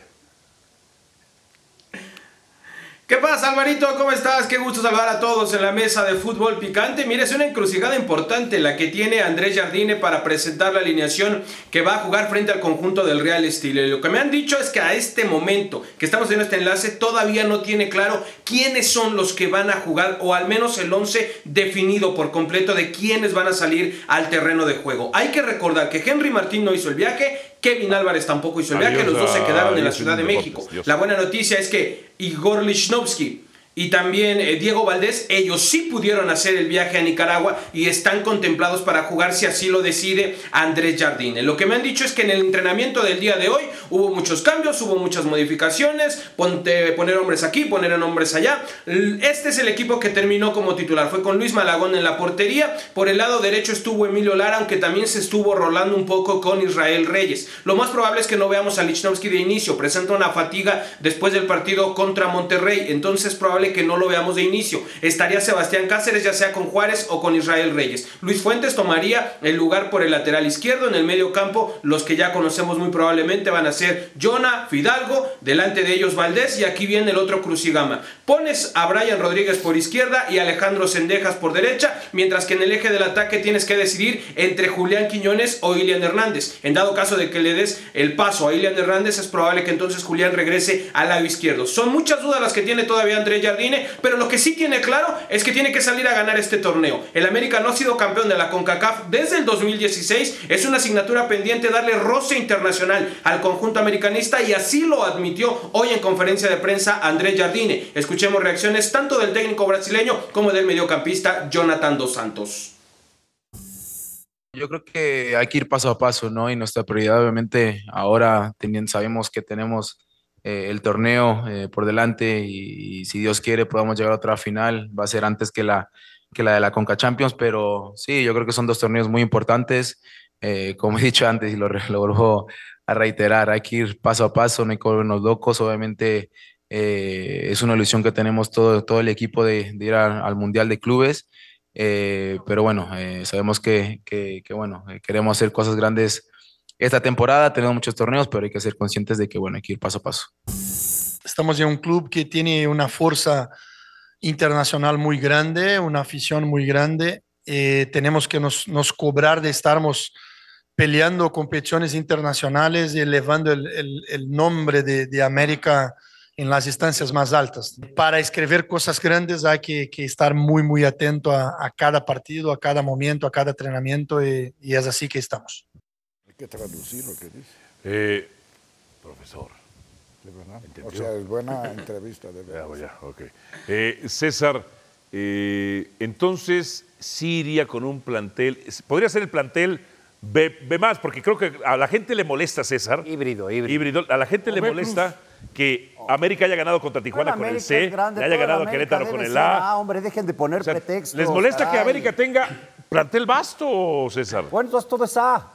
S12: ¿Qué pasa, Alvarito? ¿Cómo estás? Qué gusto saludar a todos en la mesa de fútbol picante. Mira, es una encrucijada importante la que tiene Andrés Jardine para presentar la alineación que va a jugar frente al conjunto del Real Estilo. Lo que me han dicho es que a este momento que estamos haciendo este enlace todavía no tiene claro quiénes son los que van a jugar o al menos el 11 definido por completo de quiénes van a salir al terreno de juego. Hay que recordar que Henry Martín no hizo el viaje, Kevin Álvarez tampoco hizo el viaje,
S3: Adiós
S12: los dos se
S3: a
S12: quedaron en la
S3: Dios
S12: Ciudad de
S3: Deportes,
S12: México.
S3: Dios.
S12: La buena noticia es que Igor Lichnowsky y también eh, Diego Valdés, ellos sí pudieron hacer el viaje a Nicaragua y están contemplados para jugar si así lo decide Andrés Jardine. Lo que me han dicho es que en el entrenamiento del día de hoy hubo muchos cambios, hubo muchas modificaciones, ponte- poner hombres aquí, poner hombres allá. L- Este es el equipo que terminó como titular, fue con Luis Malagón en la portería, por el lado derecho estuvo Emilio Lara, aunque también se estuvo rolando un poco con Israel Reyes. Lo más probable es que no veamos a Lichnowsky de inicio, presenta una fatiga después del partido contra Monterrey, entonces probable que no lo veamos de inicio. Estaría Sebastián Cáceres ya sea con Juárez o con Israel Reyes. Luis Fuentes tomaría el lugar por el lateral izquierdo, en el medio campo los que ya conocemos muy probablemente van a ser Jonah, Fidalgo, delante de ellos Valdés y aquí viene el otro crucigama. Pones a Brian Rodríguez por izquierda y Alejandro Sendejas por derecha, mientras que en el eje del ataque tienes que decidir entre Julián Quiñones o Ilian Hernández. En dado caso de que le des el paso a Ilian Hernández, es probable que entonces Julián regrese al lado izquierdo. Son muchas dudas las que tiene todavía Andrés Jardine, pero lo que sí tiene claro es que tiene que salir a ganar este torneo. El América no ha sido campeón de la CONCACAF desde el 2016, es una asignatura pendiente darle roce internacional al conjunto americanista y así lo admitió hoy en conferencia de prensa Andrés Jardine. Escuchemos reacciones tanto del técnico brasileño como del mediocampista Jonathan Dos Santos.
S13: Yo creo que hay que ir paso a paso, ¿no? Y nuestra prioridad, obviamente, ahora teni- sabemos que tenemos eh, el torneo eh, por delante y, y si Dios quiere podamos llegar a otra final. Va a ser antes que la, que la de la Conca Champions, pero sí, yo creo que son dos torneos muy importantes. Eh, como he dicho antes y lo, re- lo vuelvo a reiterar, hay que ir paso a paso, no hay que volvernos locos. Obviamente eh, es una ilusión que tenemos todo, todo el equipo de, de ir a- al Mundial de Clubes. Eh, pero bueno, eh, sabemos que, que- que, bueno, eh, queremos hacer cosas grandes esta temporada, tenemos muchos torneos, pero hay que ser conscientes de que bueno, hay que ir paso a paso.
S14: Estamos en un club que tiene una fuerza internacional muy grande, una afición muy grande. Eh, tenemos que nos, nos cobrar de estarmos peleando competiciones internacionales y elevando el, el- el nombre de, de América en las instancias más altas. Para escribir cosas grandes hay que, que estar muy, muy atento a, a cada partido, a cada momento, a cada entrenamiento y- y es así que estamos.
S5: Hay que traducir lo que dice.
S3: Eh, profesor.
S5: de verdad. O
S3: ¿Entendió?
S5: sea, es buena entrevista, de
S3: Ya,
S5: verdad.
S3: ya, ok. Eh, César, eh, entonces sí iría con un plantel. Podría ser el plantel B, B más, porque creo que a la gente le molesta, César.
S4: Híbrido, híbrido.
S3: Híbrido. A la gente
S2: O
S3: le
S2: B+.
S3: molesta que América haya ganado contra Tijuana con el
S7: América
S3: C,
S7: es grande,
S3: le haya
S7: toda la
S3: ganado a
S7: América
S3: Querétaro con
S7: debe
S3: el
S7: ser
S3: A.
S7: hombre, dejen de poner pretextos.
S3: ¿Les molesta que
S7: caray.
S3: América tenga plantel vasto, César?
S7: Bueno, entonces todo
S3: (laughs)
S7: es A.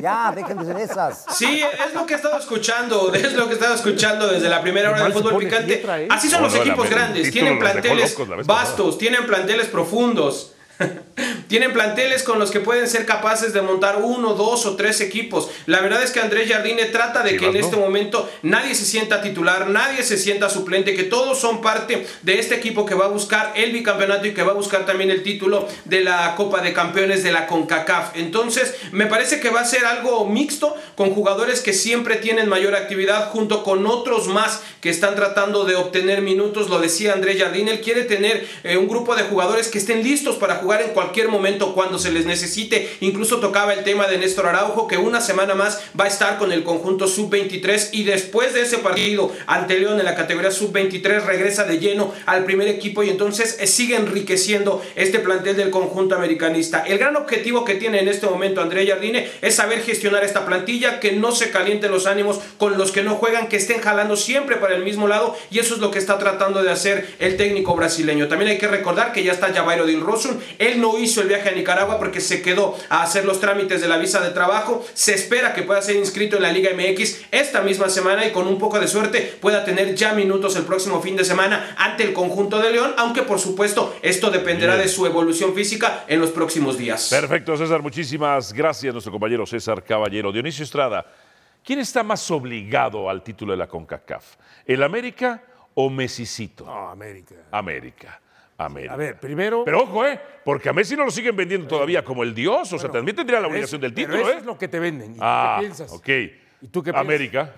S7: Ya, dejen de ser esas.
S12: Sí, es lo que he estado escuchando, es lo que he estado escuchando desde la primera hora del fútbol picante. Así son
S3: No,
S12: los
S3: no, la
S12: equipos
S3: América,
S12: grandes,
S3: el
S12: tienen
S3: título los dejó
S12: planteles
S3: locos la vez
S12: vastos, tienen planteles profundos. (laughs) Tienen planteles con los que pueden ser capaces de montar uno, dos o tres equipos. La verdad es que Andrés Jardine trata de que en este momento nadie se sienta titular, nadie se sienta suplente, que todos son parte de este equipo que va a buscar el bicampeonato y que va a buscar también el título de la Copa de Campeones de la CONCACAF. Entonces, me parece que va a ser algo mixto con jugadores que siempre tienen mayor actividad junto con otros más que están tratando de obtener minutos. Lo decía Andrés Jardine, él quiere tener eh, un grupo de jugadores que estén listos para jugar en cualquier momento cuando se les necesite. Incluso tocaba el tema de Néstor Araujo, que una semana más va a estar con el conjunto sub-23 y después de ese partido ante León en la categoría sub-23 regresa de lleno al primer equipo y entonces eh, sigue enriqueciendo este plantel del conjunto americanista. El gran objetivo que tiene en este momento Andrés Jardine es saber gestionar esta plantilla, que no se calienten los ánimos con los que no juegan, que estén jalando siempre para el mismo lado y eso es lo que está tratando de hacer el técnico brasileño. También hay que recordar que ya está Javairo Dil Rosun, él no hizo el viaje a Nicaragua porque se quedó a hacer los trámites de la visa de trabajo, se espera que pueda ser inscrito en la Liga MX esta misma semana y con un poco de suerte pueda tener ya minutos el próximo fin de semana ante el conjunto de León, aunque por supuesto esto dependerá
S3: Bien.
S12: de su evolución física en los próximos días.
S3: Perfecto, César. Muchísimas gracias, nuestro compañero César Caballero. Dionisio Estrada, ¿quién está más obligado al título de la CONCACAF? ¿El América o Mesicito? No,
S2: América.
S3: América. América.
S2: A ver, primero.
S3: Pero ojo, ¿eh? Porque a Messi no lo siguen vendiendo todavía como el dios. O sea, también tendría la
S2: Pero
S3: obligación
S2: es-
S3: del
S2: pero
S3: título,
S2: eso
S3: ¿eh?
S2: es lo que te venden. ¿Y tú
S3: ah,
S2: qué piensas?
S3: ok. ¿Y tú
S2: qué piensas?
S3: América.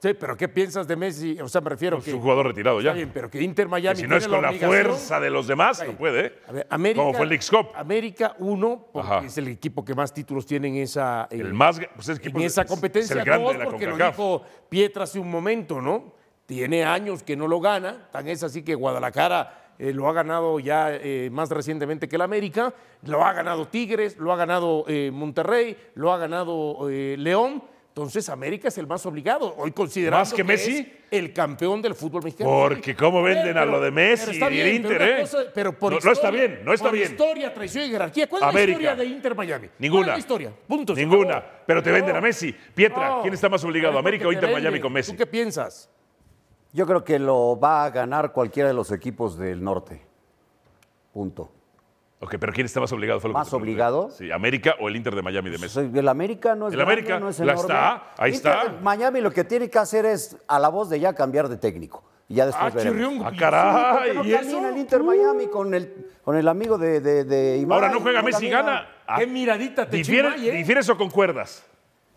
S2: Sí, pero ¿qué piensas de Messi? O sea, me refiero que.
S3: Es un jugador retirado
S2: Está
S3: ya.
S2: bien, pero que Inter Miami.
S3: si no es
S2: tiene
S3: con la
S2: obligación-
S3: fuerza de los demás, no puede, ¿eh?
S2: A ver, América.
S3: Como fue el Leagues Cup.
S2: América 1, porque
S3: Ajá.
S2: es el equipo que más títulos tiene en esa, eh,
S3: El más ga- pues es que,
S2: en
S3: pues,
S2: esa
S3: es-
S2: competencia.
S3: es el grande
S2: Dos,
S3: de la
S2: porque lo
S3: CONCACAF.
S2: dijo Pietra hace un momento, ¿no? Tiene años que no lo gana, tan es así que Guadalajara eh, lo ha ganado ya eh, más recientemente que el América, lo ha ganado Tigres, lo ha ganado eh, Monterrey, lo ha ganado eh, León. Entonces América es el más obligado, hoy considerado
S3: ¿Más que Messi?
S2: el campeón del fútbol mexicano.
S3: Porque cómo venden a
S2: Pero-
S3: lo de Messi
S2: pero
S3: y
S2: está bien,
S3: el
S2: pero
S3: Inter,
S2: una
S3: ¿eh?
S2: cosa- pero por
S3: no, no
S2: historia-
S3: está bien, no está
S2: por
S3: bien.
S2: historia, traición y jerarquía. ¿Cuál es
S3: América.
S2: la historia de Inter Miami?
S3: Ninguna.
S2: ¿Cuál es la historia? Punto. se
S3: Ninguna.
S2: acabó.
S3: Pero te venden
S2: No.
S3: a Messi. Pietra,
S2: No.
S3: ¿quién está más obligado,
S2: Pero
S3: América o
S2: porque te
S3: Inter Miami
S2: venden.
S3: con Messi?
S2: ¿Tú qué piensas?
S7: Yo creo que lo va a ganar cualquiera de los equipos del norte. Punto.
S3: Ok, pero ¿quién está más obligado? Fue lo que
S7: ¿Más
S3: te pregunté.
S7: obligado?
S3: Sí, América o el Inter de Miami de Messi.
S7: El América no es
S3: El
S7: grande,
S3: América,
S7: no es
S3: la
S7: enorme.
S3: está, ahí está.
S7: Inter- Miami lo que tiene que hacer es a la voz de ya cambiar de técnico. Y ya después
S3: Ah,
S7: veremos.
S3: chirrión. Ah,
S7: Sí,
S3: caray,
S7: ¿por qué
S3: ¿y
S7: no camina el Inter Miami con el, con el amigo de, de, de Ibai?
S3: Ahora no juega Messi y
S7: camina.
S3: gana. Ah,
S2: miradita
S3: ¿difiere-
S2: ¿eh?
S3: ¿Difieres o concuerdas?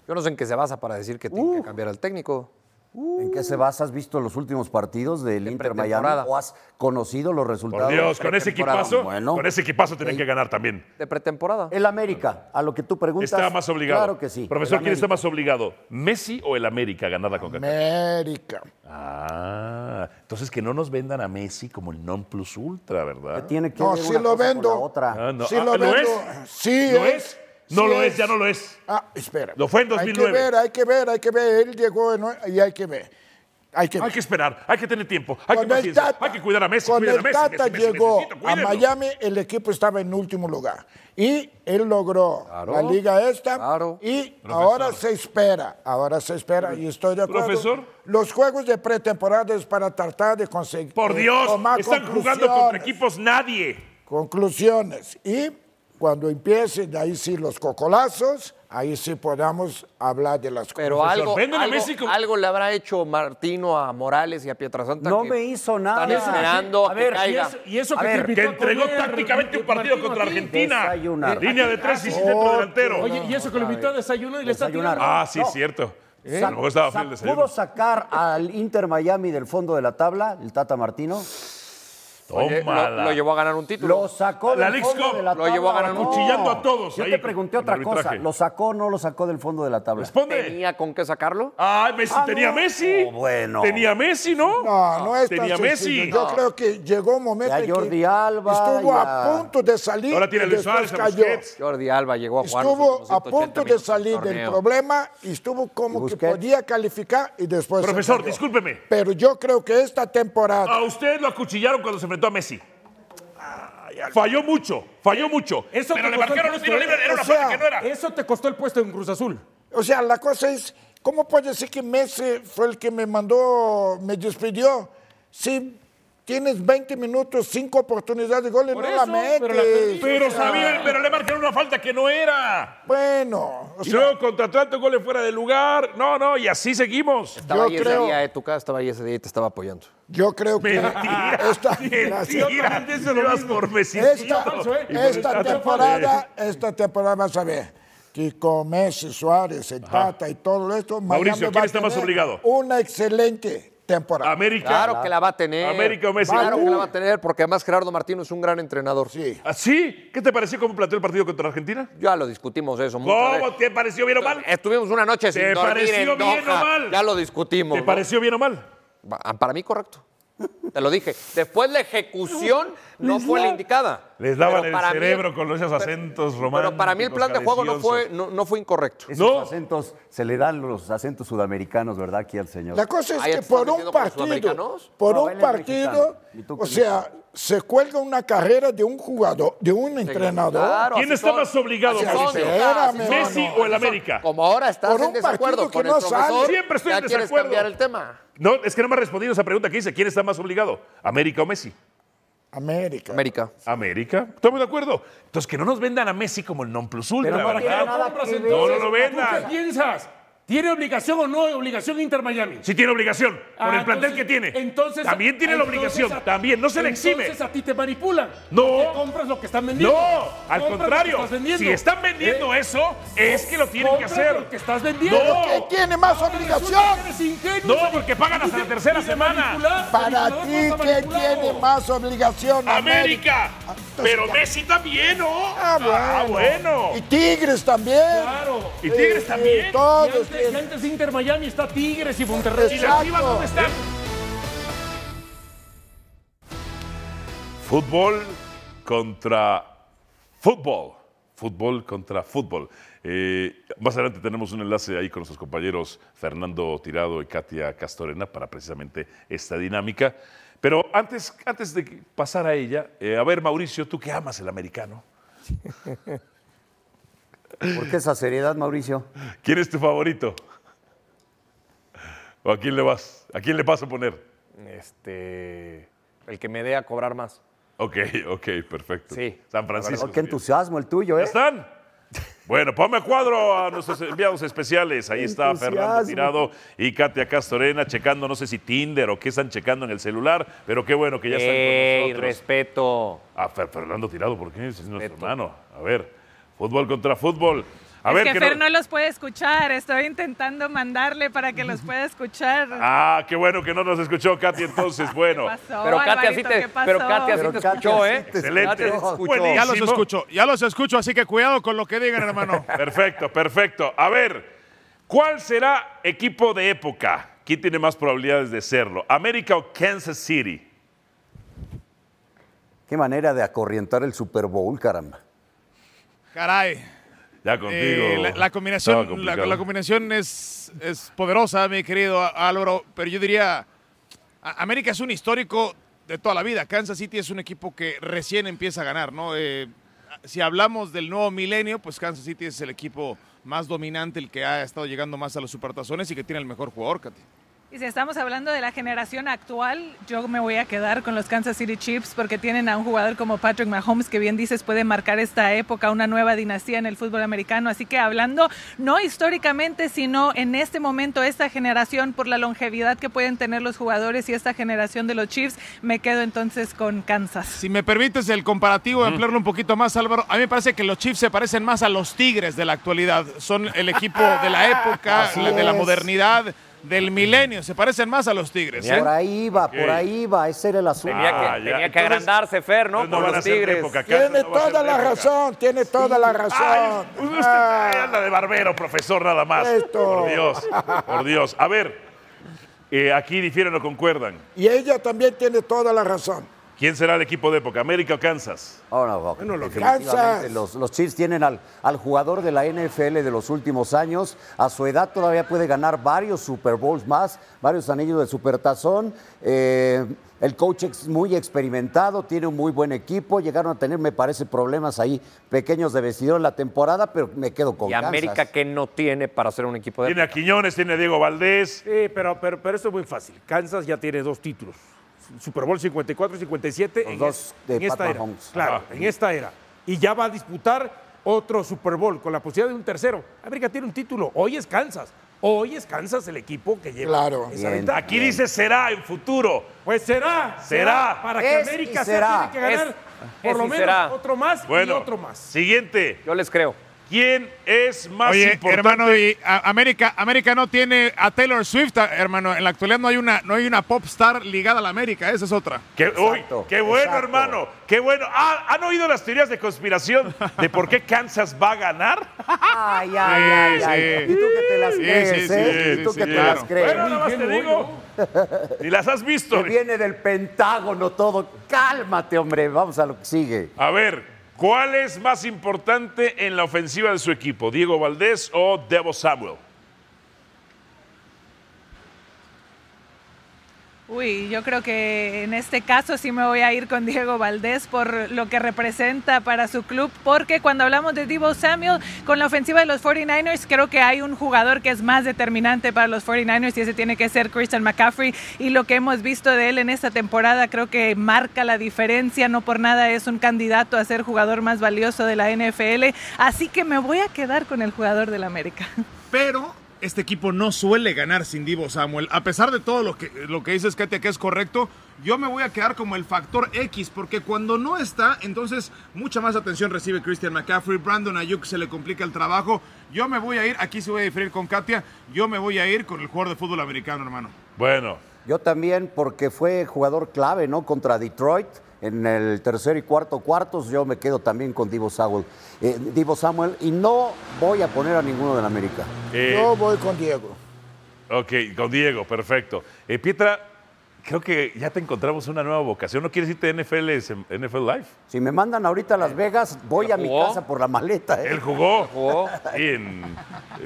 S4: Yo no sé en qué se basa para decir que tiene que cambiar al técnico.
S7: ¿En qué se basa? ¿Has visto los últimos partidos del Inter Miami?
S4: pretemporada.
S7: ¿O has conocido los resultados?
S3: Por Dios, con ese
S7: Pretemporada.
S3: equipazo,
S7: Bueno,
S3: con ese equipazo tienen que ganar también.
S4: De pretemporada.
S7: el América, a lo que tú preguntas.
S3: Está más obligado.
S7: Claro que sí.
S3: Profesor,
S7: el
S3: ¿quién está
S7: América.
S3: más obligado? ¿Messi o el América a ganar la CONCACAF?
S5: América.
S3: Ah, entonces que no nos vendan a Messi como el non plus ultra, ¿verdad?
S7: Tiene que
S5: No,
S7: ver
S5: sí
S7: una
S5: lo
S7: cosa con
S5: vendo.
S7: la otra.
S3: Ah, no.
S5: Sí
S3: Ah,
S5: lo vendo.
S3: es?
S5: Sí
S3: ¿Lo
S5: es.
S3: es? No
S5: Sí
S3: lo es.
S5: es.
S3: ya no lo es.
S5: Ah, espera.
S3: Lo fue en
S5: Hay que
S3: 2009.
S5: ver, hay que ver, hay que ver. Él llegó en- y hay que ver. Hay que ver.
S3: Hay que esperar, hay que tener tiempo, hay
S5: Cuando
S3: que
S5: el
S3: paciencia,
S5: Tata-
S3: hay que cuidar a Messi,
S5: Cuando
S3: cuidar a
S5: el
S3: Messi.
S5: Tata
S3: Messi, Messi,
S5: llegó
S3: Messi,
S5: a
S3: cuídenlo.
S5: Miami, el equipo estaba en último lugar. Y él logró la liga esta. Y ahora se espera, ahora se espera. Y estoy de acuerdo.
S3: Profesor.
S5: Los juegos de pretemporada es para tratar de conseguir.
S3: Por Dios,
S5: tomar
S3: están jugando contra
S5: conclusiones.
S3: equipos nadie.
S5: Conclusiones. Y cuando empiecen, ahí sí los cocolazos, ahí sí podamos hablar de las cosas.
S4: Pero algo, algo- algo le habrá hecho Martino a Morales y a Pietrasanta.
S7: No
S4: que
S7: me hizo nada.
S4: Están esperando a,
S7: A
S4: que
S7: ver, y
S4: caiga.
S7: eso- y eso que te invitó
S3: que
S7: a
S3: entregó
S7: comer,
S3: tácticamente un partido contra Argentina.
S7: Desayunar.
S3: Línea de tres y centro delantero.
S2: Oye, y eso que lo invitó a desayuno y le está
S7: Desayunar.
S2: tirando.
S3: Ah, sí,
S7: No.
S3: cierto.
S7: ¿Eh?
S3: A lo mejor estaba frío el
S7: Sa-
S3: desayuno.
S7: ¿Pudo sacar al Inter Miami del fondo de la tabla, el Tata Martino?
S4: Oye, lo,
S3: Tómala.
S4: lo llevó a ganar un título.
S7: Lo sacó
S4: La
S7: del
S4: Leagues
S7: fondo
S4: Cup.
S7: de la
S4: Lo llevó a
S7: tabla.
S4: ganar un- Acuchillando a todos
S7: Yo
S4: ahí
S7: te pregunté
S4: en
S7: otra cosa.
S4: arbitraje.
S7: ¿Lo sacó o no lo sacó del fondo de la tabla?
S4: ¿Tenía con qué sacarlo?
S3: Ah,
S7: Messi Ah, tenía no. Messi. Oh, bueno. Tenía
S3: Messi, ¿no?
S5: No, no es tan
S7: Tenía
S5: sencillo.
S7: Messi.
S5: Yo
S7: No.
S5: creo que llegó un momento
S7: Ya
S5: en que
S7: Jordi Alba,
S5: estuvo
S7: ya-
S5: a punto de salir y después cayó.
S4: Jordi Alba llegó a jugar. los
S5: Estuvo
S4: últimos
S5: a
S4: 180
S5: punto de
S4: minutos
S5: salir del
S4: torneo.
S5: problema y estuvo como que podía calificar y después. se
S3: Profesor,
S5: cayó.
S3: discúlpeme.
S5: Pero yo creo que esta temporada.
S3: A usted lo acuchillaron cuando se enfrentó a Messi. Falló mucho, falló mucho.
S2: Eso
S3: pero
S2: te
S3: le
S2: costó
S3: marcaron
S2: el
S3: un tiro
S2: puesto,
S3: libre,
S2: ¿eh?
S3: era
S2: O
S3: una
S2: sea,
S3: falta que no era.
S2: Eso te costó el puesto en Cruz Azul.
S5: O sea, la cosa es, ¿cómo puede decir que Messi fue el que me mandó, me despidió? Si tienes 20 minutos, 5 oportunidades de gol y no la metes.
S3: Pero
S5: O sea,
S3: sabía, pero le marcaron una falta que no era.
S5: Bueno.
S3: Y luego contra Atlanta, un gol en fuera de lugar. No, no, y así seguimos.
S4: Estaba ahí ese día, eh, tu casa estaba ahí ese día y te estaba apoyando.
S5: Yo creo que
S3: (laughs) Mentira,
S5: (laughs) esta,
S3: mentira. Eso lo vas por Messi.
S5: esta,
S3: Falso, ¿eh?
S5: esta
S3: Y por
S5: temporada, esta temporada vas a ver que con Messi, Suárez, el Tata y todo esto, Miami
S3: Mauricio,
S5: va
S3: ¿quién
S5: a
S3: está más
S5: tener
S3: obligado?
S5: Una excelente temporada.
S3: América.
S4: Claro que la va a tener.
S3: América o Messi.
S4: Claro que la
S3: Uy.
S4: va a tener, porque además Gerardo Martino es un gran entrenador.
S5: Sí.
S3: ¿Así? ¿Ah, ¿Qué te pareció cómo planteó el partido contra Argentina?
S4: Ya lo discutimos eso. muchas
S3: ¿Cómo
S4: veces.
S3: te pareció bien o mal?
S4: Estuvimos una noche sin
S3: ¿Te
S4: dormir
S3: pareció
S4: en
S3: bien
S4: Doha.
S3: o mal?
S4: Ya lo discutimos.
S3: ¿Te
S4: ¿no?
S3: pareció bien o mal?
S4: Pa- Para mí, correcto. Te lo dije. Después la ejecución no fue la indicada.
S3: Les daban
S4: Pero
S3: el
S4: para mí-
S3: cerebro con esos acentos románticos.
S4: Pero para mí el plan de juego no fue, no, no fue incorrecto.
S7: Esos acentos, se le dan los acentos sudamericanos, ¿verdad? Aquí al señor.
S5: La cosa es
S4: Ah, ya
S5: que
S4: te estás
S5: por un
S4: metiendo con los
S5: partido,
S4: sudamericanos.
S5: por
S7: No,
S5: un
S7: él es mexicano.
S5: partido,
S7: ¿Y tú
S5: o
S7: qué
S5: sea, se cuelga una carrera de un jugador, de un entrenador.
S4: Claro,
S3: ¿Quién
S4: así
S3: está
S4: son.
S3: más obligado?
S4: Así
S3: Mauricio?
S4: son, Lucas, así son.
S3: ¿Messi o el América?
S4: Como ahora estás
S5: Por
S4: en
S5: un partido
S4: desacuerdo
S5: que
S4: con
S5: no
S4: el profesor,
S5: sale.
S3: Siempre estoy
S4: ya
S3: en
S4: quieres
S3: desacuerdo.
S4: cambiar el tema.
S3: No, es que no me ha respondido esa pregunta que hice. ¿Quién está más obligado? ¿América o Messi?
S5: América.
S4: América.
S3: América. Estamos de acuerdo. Entonces, que no nos vendan a Messi como el non plus ultra.
S2: Pero para qué
S3: ¿verdad?
S2: lo compras
S3: no,
S2: entonces.
S3: no lo
S2: ¿Tú
S3: vendan.
S2: qué piensas? ¿Tiene obligación o no obligación Inter Miami?
S3: Si tiene obligación,
S2: Ah,
S3: por el plantel
S2: entonces-
S3: que tiene.
S2: Entonces,
S3: También tiene la
S2: entonces
S3: obligación,
S2: a-
S3: también. No se le exime.
S2: Entonces a ti te manipulan.
S3: No.
S2: Te compras lo que están vendiendo.
S3: No, al
S2: Compras lo que
S3: contrario.
S2: estás vendiendo.
S3: Si están vendiendo
S2: ¿Eh?
S3: eso, es que lo tienen que
S2: Compras
S3: hacer.
S2: lo que estás vendiendo.
S3: No.
S5: ¿Qué tiene más obligación?
S3: No, porque pagan hasta la tercera semana.
S5: Para ti, ¿qué tiene más obligación? Ah,
S3: América. Pero
S5: ya.
S3: Messi también, ¿no?
S5: Ah, bueno.
S3: Ah, bueno.
S5: Y Tigres también.
S2: Claro.
S3: Y Tigres
S5: Eh,
S3: también.
S2: Y
S5: Todos
S2: antes, y
S5: tienen.
S2: antes de Inter Miami está Tigres y
S3: ¿Y
S2: Monterrey.
S3: las chivas dónde están? Fútbol contra fútbol. Fútbol contra fútbol. Eh, más adelante tenemos un enlace ahí con nuestros compañeros Fernando Tirado y Katia Castorena para precisamente esta dinámica. Pero antes, antes de que- pasar a ella, eh, a ver, Mauricio, tú que amas el americano,
S7: ¿Por qué esa seriedad, Mauricio?
S3: ¿quién es tu favorito? ¿O a quién le vas? ¿A quién le vas a poner?
S4: Este, el que me dé a cobrar más.
S3: Ok, ok, perfecto.
S4: Sí.
S3: San Francisco.
S7: Oh, qué entusiasmo el tuyo,
S3: ¿Ya
S7: ¿eh?
S3: están? Bueno, ponme a cuadro a nuestros enviados especiales. Ahí está Fernando
S7: Entusiasmo.
S3: Tirado y Katia Castorena checando, no sé si Tinder o qué están checando en el celular, pero qué bueno que ya están
S4: Ey,
S3: con nosotros.
S4: respeto.
S3: A Fer- Fernando Tirado, ¿por qué? Es nuestro hermano. A ver, fútbol contra fútbol. A ver,
S15: es que,
S3: que no-
S15: Fer no... los puede escuchar. Estoy intentando mandarle para que los pueda escuchar.
S3: Ah, qué bueno que no nos escuchó Katia
S15: (laughs)
S3: entonces. Bueno.
S15: pasó,
S4: Pero Katia sí
S15: Alvarito?
S4: te,
S15: ¿Qué pasó?
S4: pero Katia sí
S7: Pero
S4: te
S7: Katia
S4: escuchó,
S7: sí
S4: ¿eh?
S7: te
S3: Excelente.
S7: escuchó.
S3: Buenísimo.
S16: Ya los escucho, ya los escucho, así que cuidado con lo que digan,
S3: (laughs)
S16: hermano.
S3: Perfecto, perfecto. A ver, ¿cuál será equipo de época? ¿Quién tiene más probabilidades de serlo? ¿América o Kansas City?
S7: Qué manera de acorrientar el Super Bowl, caramba.
S16: Caray.
S3: Ya contigo.
S16: Eh, la, la
S3: Estaba
S16: combinación, la,
S3: complicado.
S16: la combinación es, es poderosa, mi querido Álvaro, pero yo diría, a- América es un histórico de toda la vida. Kansas City es un equipo que recién empieza a ganar, ¿no? Eh, si hablamos del nuevo milenio, pues Kansas City es el equipo más dominante, el que ha estado llegando más a los supertazones y que tiene el mejor jugador, Katy.
S15: Y si estamos hablando de la generación actual, yo me voy a quedar con los Kansas City Chiefs porque tienen a un jugador como Patrick Mahomes que bien dices puede marcar esta época, una nueva dinastía en el fútbol americano. Así que hablando no históricamente, sino en este momento, esta generación, por la longevidad que pueden tener los jugadores y esta generación de los Chiefs, me quedo entonces con Kansas.
S16: Si me permites el comparativo, ampliarlo un poquito más, Álvaro, a mí me parece que los Chiefs se parecen más a los Tigres de la actualidad. Son el equipo de la época, (laughs)
S5: Así
S16: la- de la
S5: es.
S16: modernidad, del milenio. Se parecen más a los Tigres. ¿eh?
S7: Por ahí va,
S16: Ok.
S7: por ahí va. Ese era el asunto.
S4: Tenía
S16: Ah,
S4: que, tenía que agrandarse, Fer, ¿no? Por los Tigres.
S5: Tiene toda la razón, tiene toda la razón.
S3: Ay, anda de barbero, profesor, nada más.
S5: Esto.
S3: Por Dios, por Dios. A ver, eh, aquí difieren o concuerdan.
S5: Y ella también tiene toda la razón.
S3: ¿Quién será el equipo de época, América o Kansas?
S7: Oh, no, no,
S5: Bueno, lo que-
S7: definitivamente
S5: Kansas.
S7: los, los Chiefs tienen al, al jugador de la NFL de los últimos años. A su edad todavía puede ganar varios Super Bowls más, varios anillos de supertazón. Eh, el coach es muy experimentado, tiene un muy buen equipo. Llegaron a tener, me parece, problemas ahí pequeños de vestidor en la temporada, pero me quedo con
S4: Y
S7: Kansas.
S4: América que no tiene para ser un equipo de.
S3: Tiene a Quiñones, tiene a Diego Valdés.
S17: Sí, pero, pero, pero esto es muy fácil. Kansas ya tiene dos títulos. Super Bowl 54 y 57
S7: Los
S17: en,
S7: dos
S17: es-
S7: de
S17: en esta
S7: Pat
S17: era.
S7: Mahomes.
S17: Claro,
S7: Ajá.
S17: en esta era. Y ya va a disputar otro Super Bowl con la posibilidad de un tercero. América tiene un título. Hoy es Kansas. Hoy es Kansas el equipo que lleva. esa ventaja.
S3: Aquí dice será en futuro.
S17: Pues será.
S3: Será.
S17: Para que
S3: Es y
S17: América
S4: Ah,
S3: será.
S17: sea, tiene que ganar
S3: Es-
S17: por
S3: es
S17: lo
S3: y
S17: menos
S3: será.
S17: otro más y
S3: Bueno,
S17: otro más.
S3: Siguiente.
S4: Yo les creo.
S3: ¿Quién es más
S16: Oye,
S3: importante?
S16: hermano, y a- América, América no tiene a Taylor Swift, a- hermano. En la actualidad no hay una, no hay una pop star ligada a la América. Esa es otra.
S3: Qué, uy, qué bueno, hermano. Qué bueno. Ah, ¿Han oído las teorías de conspiración de por qué Kansas va a ganar?
S7: Ay, ay, ay,
S3: Sí,
S7: ay.
S3: sí.
S7: Y tú que te las
S3: Sí,
S7: crees,
S3: sí,
S7: ¿eh?
S3: sí,
S7: y tú
S3: sí,
S7: que
S3: sí,
S7: te
S3: claro.
S7: las crees.
S3: Bueno, nada más te digo. (laughs) Ni las has visto.
S7: Que viene del Pentágono todo. Cálmate, hombre. Vamos a lo que sigue.
S3: A ver, ¿cuál es más importante en la ofensiva de su equipo? ¿Diego Valdés o Devo Samuel?
S15: Uy, yo creo que en este caso sí me voy a ir con Diego Valdés por lo que representa para su club, porque cuando hablamos de Divo Samuel con la ofensiva de los 49ers, creo que hay un jugador que es más determinante para los 49ers y ese tiene que ser Christian McCaffrey y lo que hemos visto de él en esta temporada creo que marca la diferencia, no por nada es un candidato a ser jugador más valioso de la NFL, así que me voy a quedar con el jugador del América.
S16: Pero este equipo no suele ganar sin Divo Samuel. A pesar de todo lo que, lo que dices, Katia, que es correcto, yo me voy a quedar como el factor X, porque cuando no está, entonces mucha más atención recibe Christian McCaffrey. Brandon Ayuk se le complica el trabajo. Yo me voy a ir, aquí se voy a diferir con Katia, yo me voy a ir con el jugador de fútbol americano, hermano.
S3: Bueno.
S7: Yo también, porque fue jugador clave, ¿no? Contra Detroit en el tercer y cuarto cuartos. Yo me quedo también con Divo Samuel. eh, Divo Samuel. Y no voy a poner a ninguno del América.
S3: Eh,
S5: Yo voy con Diego.
S3: Ok, con Diego, perfecto. Eh, Pietra, creo que ya te encontramos una nueva vocación. ¿No quieres irte a NFL, sem- NFL Live?
S7: Si me mandan ahorita a Las Vegas, voy a mi
S3: jugó?
S7: casa por la maleta. ¿eh?
S3: Él jugó. (laughs) Sí, en,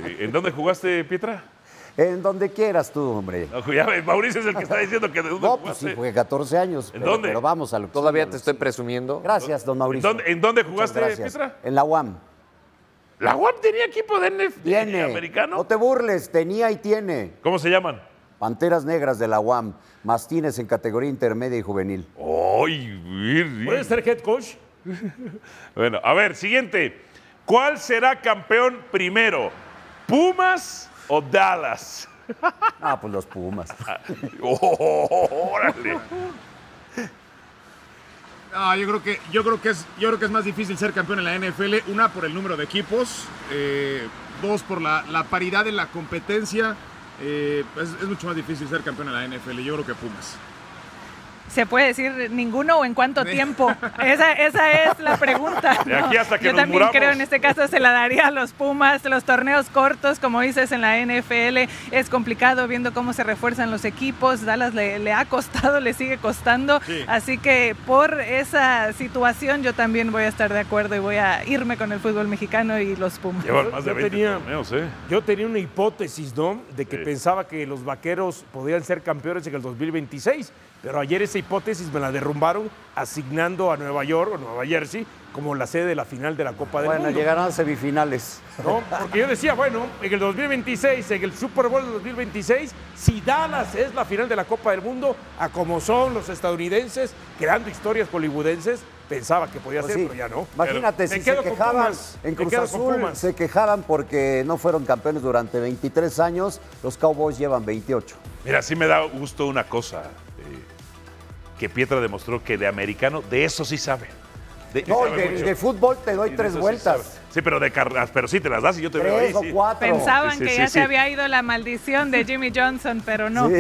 S3: eh, ¿En dónde jugaste, Pietra?
S7: En donde quieras tú, hombre.
S3: No, ya ves, Mauricio es el que está diciendo que de dónde
S7: No, pues
S3: jugaste.
S7: sí, jugué 14 años.
S3: ¿En
S7: pero-
S3: dónde?
S7: Pero vamos a lo que
S4: Todavía
S7: sigue.
S4: te estoy presumiendo.
S7: Gracias, don Mauricio.
S4: ¿En dónde- en dónde
S7: Muchas
S4: jugaste,
S7: gracias.
S4: Pietra?
S7: En la UAM.
S3: ¿La UAM tenía equipo de NFL
S7: tiene.
S3: americano?
S7: No te burles, tenía y tiene.
S3: ¿Cómo se llaman?
S7: Panteras Negras de la UAM. Mastines en categoría intermedia y juvenil.
S3: ¡Ay, Virgen!
S7: ¿Puede ser
S17: head coach?
S3: (laughs) Bueno, a ver, siguiente. ¿Cuál será campeón primero? ¿Pumas o Dallas?
S7: Ah, pues los Pumas.
S3: (laughs) órale.
S16: Ah, yo creo que yo creo que es yo creo que es más difícil ser campeón en la NFL una por el número de equipos eh, dos por la, la paridad en la competencia eh, es, es mucho más difícil ser campeón en la NFL yo creo que Pumas
S15: ¿Se puede decir ninguno o en cuánto tiempo? Esa, esa es la pregunta.
S16: De aquí
S15: ¿no?
S16: hasta que
S15: Yo
S16: nos
S15: también
S16: muramos.
S15: creo en este caso se la daría a los Pumas, los torneos cortos, como dices en la NFL, es complicado viendo cómo se refuerzan los equipos, Dallas le, le ha costado, le sigue costando,
S16: Sí.
S15: así que por esa situación yo también voy a estar de acuerdo y voy a irme con el fútbol mexicano y los Pumas.
S3: Llevan más de 20
S17: tenía-
S3: torneos, ¿eh?
S17: Yo tenía una hipótesis, ¿no? De que pensaba que los vaqueros podían ser campeones en el 2026, pero ayer esa hipótesis me la derrumbaron asignando a Nueva York o Nueva Jersey como la sede de la final de la Copa del
S7: Bueno,
S17: Mundo.
S7: llegarán a semifinales.
S17: ¿no? Porque yo decía, bueno, en el 2026, en el Super Bowl del 2026, si Dallas es la final de la Copa del Mundo, a como son los estadounidenses, creando historias hollywoodenses, pensaba que podía
S7: Pues
S17: ser,
S7: sí.
S17: pero ya no.
S7: Imagínate
S17: Me
S7: si se
S17: quedo con
S7: quejaban
S17: Pumas,
S7: en
S17: me
S7: Cruz
S17: quedo con
S7: Azul,
S17: Pumas.
S7: se quejaban porque no fueron campeones durante 23 años, los Cowboys llevan 28.
S3: Mira, sí me da gusto una cosa. eh, que Pietra demostró que de americano, de eso sí sabe. De,
S7: No, y
S3: sabe
S7: de,
S3: mucho.
S7: de fútbol te doy
S3: Y de
S7: tres
S3: eso sí
S7: vueltas.
S3: sabe. Sí, Sí, pero de cargas, pero sí te las das y yo te veo ahí. sí.
S15: Pensaban
S3: Sí, sí,
S15: que
S3: sí,
S15: ya
S3: sí.
S15: se había ido la maldición de Jimmy Johnson, pero
S3: (laughs)
S15: no.
S3: Va,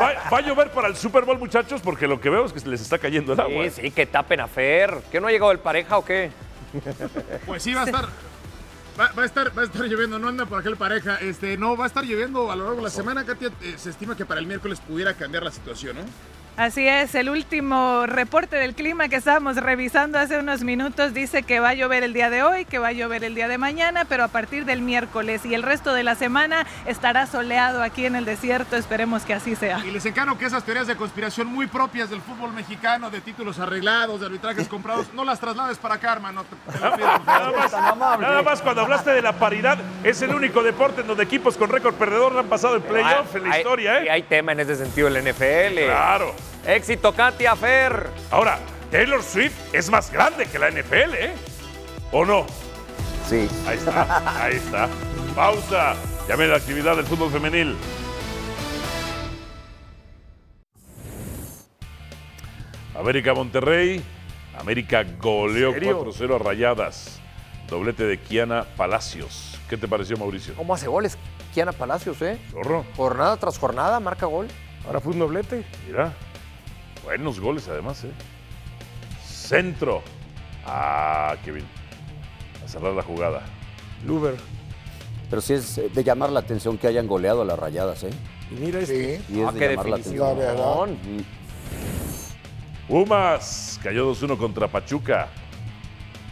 S3: va- va a llover para el Super Bowl, muchachos, porque lo que veo es que les está cayendo el agua.
S4: Sí, sí, que tapen a Fer. ¿Que no ha llegado el pareja o qué?
S16: Pues sí, va a estar. Va, va a estar, va a estar lloviendo, no anda por aquel pareja. Este, no, va a estar lloviendo a lo largo de la semana, Katia. Eh, se estima que para el miércoles pudiera cambiar la situación, ¿no?
S15: Así es, el último reporte del clima que estábamos revisando hace unos minutos dice que va a llover el día de hoy, que va a llover el día de mañana, pero a partir del miércoles y el resto de la semana estará soleado aquí en el desierto, esperemos que así sea.
S16: Y les encargo que esas teorías de conspiración muy propias del fútbol mexicano, de títulos arreglados,
S17: (laughs)
S16: de arbitrajes comprados, no las traslades para acá, hermano. Te- te lo pido, por
S3: (laughs)
S16: favor.
S3: Nada más, nada más cuando hablaste de la paridad, es el único deporte en donde equipos con récord perdedor han pasado el playoff en la
S4: Hay-
S3: historia, ¿eh?
S4: y hay tema en ese sentido el NFL.
S3: Claro.
S4: Éxito, Katia Fer.
S3: Ahora, Taylor Swift es más grande que la NFL, ¿eh? ¿O no?
S7: Sí.
S3: Ahí está, ahí está. Pausa. Llame la actividad del fútbol femenil. América Monterrey. América goleó
S4: ¿En serio?
S3: 4-0 a rayadas. Doblete de Kiana Palacios. ¿Qué te pareció, Mauricio?
S4: ¿Cómo hace goles Kiana Palacios, eh?
S3: Zorro.
S4: Jornada tras jornada, marca gol.
S3: Ahora fue un doblete. Mira. Buenos goles además, ¿eh? Centro. Ah, Kevin. A cerrar la jugada.
S7: Luber. Pero sí es eh, de llamar la atención que hayan goleado a las rayadas, ¿eh?
S11: Y mira este.
S7: Y
S4: Ah,
S7: es de llamar la atención. Mm.
S3: Pumas cayó 2-1 contra Pachuca.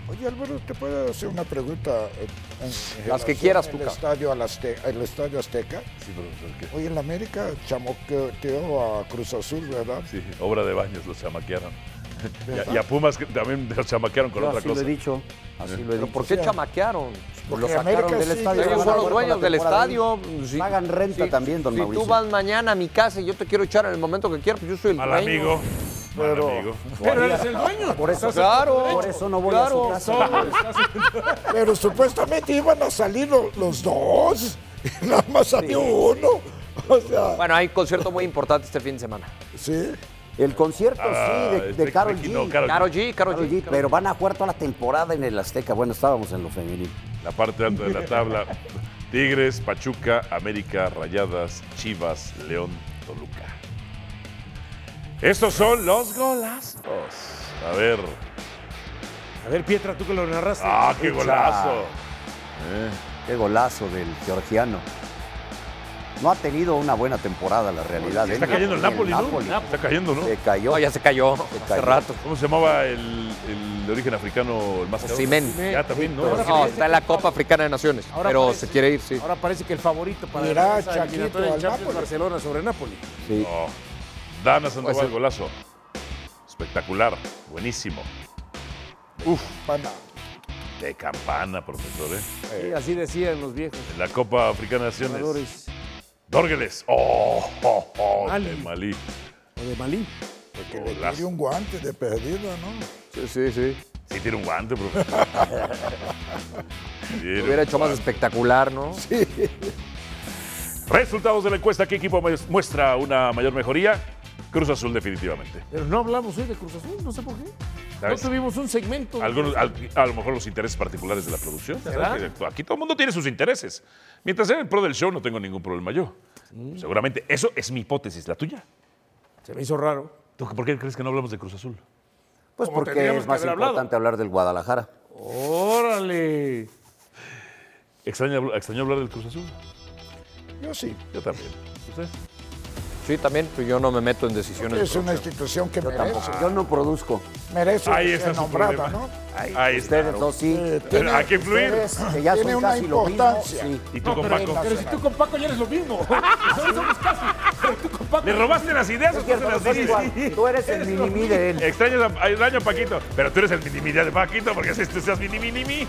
S5: Oye, Álvaro, ¿te puedo hacer una pregunta? eh, en
S4: Las que
S5: relación
S4: quieras,
S5: al
S4: Tuca.
S5: estadio, al Azte- al estadio Azteca?
S3: Sí, profesor. ¿qué?
S5: Oye, en la América chamoteó a Cruz Azul, ¿verdad?
S3: Sí, obra de baños, los chamaquearon. Y a, y a Pumas que también los chamaquearon con
S5: Yo
S3: otra
S5: así lo
S3: cosa.
S5: he dicho,
S3: Eh.
S7: así lo he
S4: ¿Pero por qué chamaquearon?
S7: Lo sacaron del estadio.
S4: Ellos son los dueños del estadio. Sí.
S7: Pagan renta
S4: Sí.
S7: también, don
S4: si
S7: Mauricio.
S4: tú vas mañana a mi casa y yo te quiero echar en el momento que quieras, pues yo soy el dueño.
S3: amigo.
S4: Pero, (laughs)
S7: Pero eres el dueño. Ah, Por eso- Claro. por eso no voy a su casa. pues.
S5: Pero supuestamente iban a salir lo- los dos. Nada más salió uno. O sea,
S4: Bueno, hay concierto muy importante este fin de semana.
S5: Sí.
S7: El concierto,
S4: Ah,
S7: sí, de,
S4: este
S7: de Karol
S4: Ricky,
S7: G.
S4: no, Karol G. Karol G, Karol G, Karol
S7: Pero
S4: G.
S7: van a jugar toda la temporada en el Azteca. Bueno, estábamos en lo femenil.
S3: La parte alta de la tabla. Tigres, Pachuca, América, Rayadas, Chivas, León, Toluca. Estos son los golazos. A ver.
S11: A ver, Pietra, tú que lo narraste.
S3: Ah, qué
S7: Echa.
S3: golazo.
S7: Eh, Qué golazo del georgiano. No ha tenido una buena temporada, la realidad.
S3: Está
S7: ¿eh?
S3: cayendo el Napoli, ¿no? Está cayendo, ¿no?
S7: Se cayó.
S4: ya se cayó hace
S7: cayó.
S4: rato.
S3: ¿Cómo se llamaba el, el de origen africano, el más caro?
S4: Simen.
S3: Ya también, ¿no?
S4: No, está en la Copa Africana de Naciones,
S2: Ahora
S4: pero
S2: parece-
S4: se quiere ir, sí.
S2: Ahora parece que el favorito para
S11: Mirá,
S2: ganar esa
S11: Chaquito,
S2: eliminatoria en
S11: al
S2: Champions
S11: Napoli.
S2: Barcelona sobre Napoli.
S3: No. Oh. Dana Sandoval,
S2: Puede ser.
S3: golazo. Espectacular, buenísimo. Uf. De campana, profesor, ¿eh?
S2: Sí, así decían los viejos.
S3: (laughs) En la Copa Africana de Naciones.
S2: Jugadores.
S3: Dorgeles. Oh, oh, oh, de Malí.
S2: O de Malí.
S5: Porque le tiré un guante de perdido, ¿no?
S4: Sí, sí, sí.
S3: Sí, tiene un
S2: (laughs)
S3: guante, profesor. Tiene
S4: Lo hubiera
S3: un
S4: hecho más
S3: guante.
S4: espectacular, ¿no?
S5: Sí.
S3: Resultados de la encuesta. ¿Qué equipo mues- muestra una mayor mejoría? Cruz Azul, definitivamente.
S2: Pero no hablamos hoy de Cruz Azul, no sé por qué.
S3: ¿Sabes?
S2: No tuvimos un segmento. de
S3: Algunos,
S2: Cruz
S3: al- a lo mejor los intereses particulares de la producción.
S2: ¿Será?
S3: Aquí todo el mundo tiene sus intereses. Mientras sea el pro del show, no tengo ningún problema yo. Seguramente, eso es mi hipótesis, la tuya.
S2: Mm. Se me hizo raro.
S3: ¿Tú por qué crees que no hablamos de Cruz Azul?
S7: Pues
S3: Como
S7: porque
S3: tendríamos
S7: es
S3: que
S7: más
S3: haber hablado.
S7: importante hablar del Guadalajara. Oh.
S2: ¡Órale!
S3: ¿Extraña, extrañó hablar del Cruz Azul?
S5: Yo sí.
S3: Yo también. ¿Usted?
S4: Sí, también, pero yo no me meto en decisiones.
S5: Es
S4: de
S5: una
S4: producción.
S5: institución que
S4: Yo
S5: merece.
S4: tampoco.
S7: Yo no produzco.
S5: Merece
S4: Ahí
S5: que
S4: está
S5: sea
S4: su
S5: nombrada,
S4: problema.
S5: ¿no?
S3: Ahí
S7: Ustedes dos sí.
S5: tiene- Hay que influir.
S7: Ustedes, que
S3: (laughs)
S7: ya son
S5: tiene una
S7: casi lo mismo,
S5: importancia.
S7: sí.
S3: ¿Y
S2: No, pero, pero si tú con Paco ya eres lo mismo. Nosotros somos casi. Pero tú con Paco.
S3: ¿Le robaste las ideas o tú se las diste?
S7: Tú eres
S3: (laughs)
S7: el minimí de él.
S3: Extrañas a, a- daño a Paquito, pero tú eres el minimí de Paquito porque si tú seas minimí, minimí.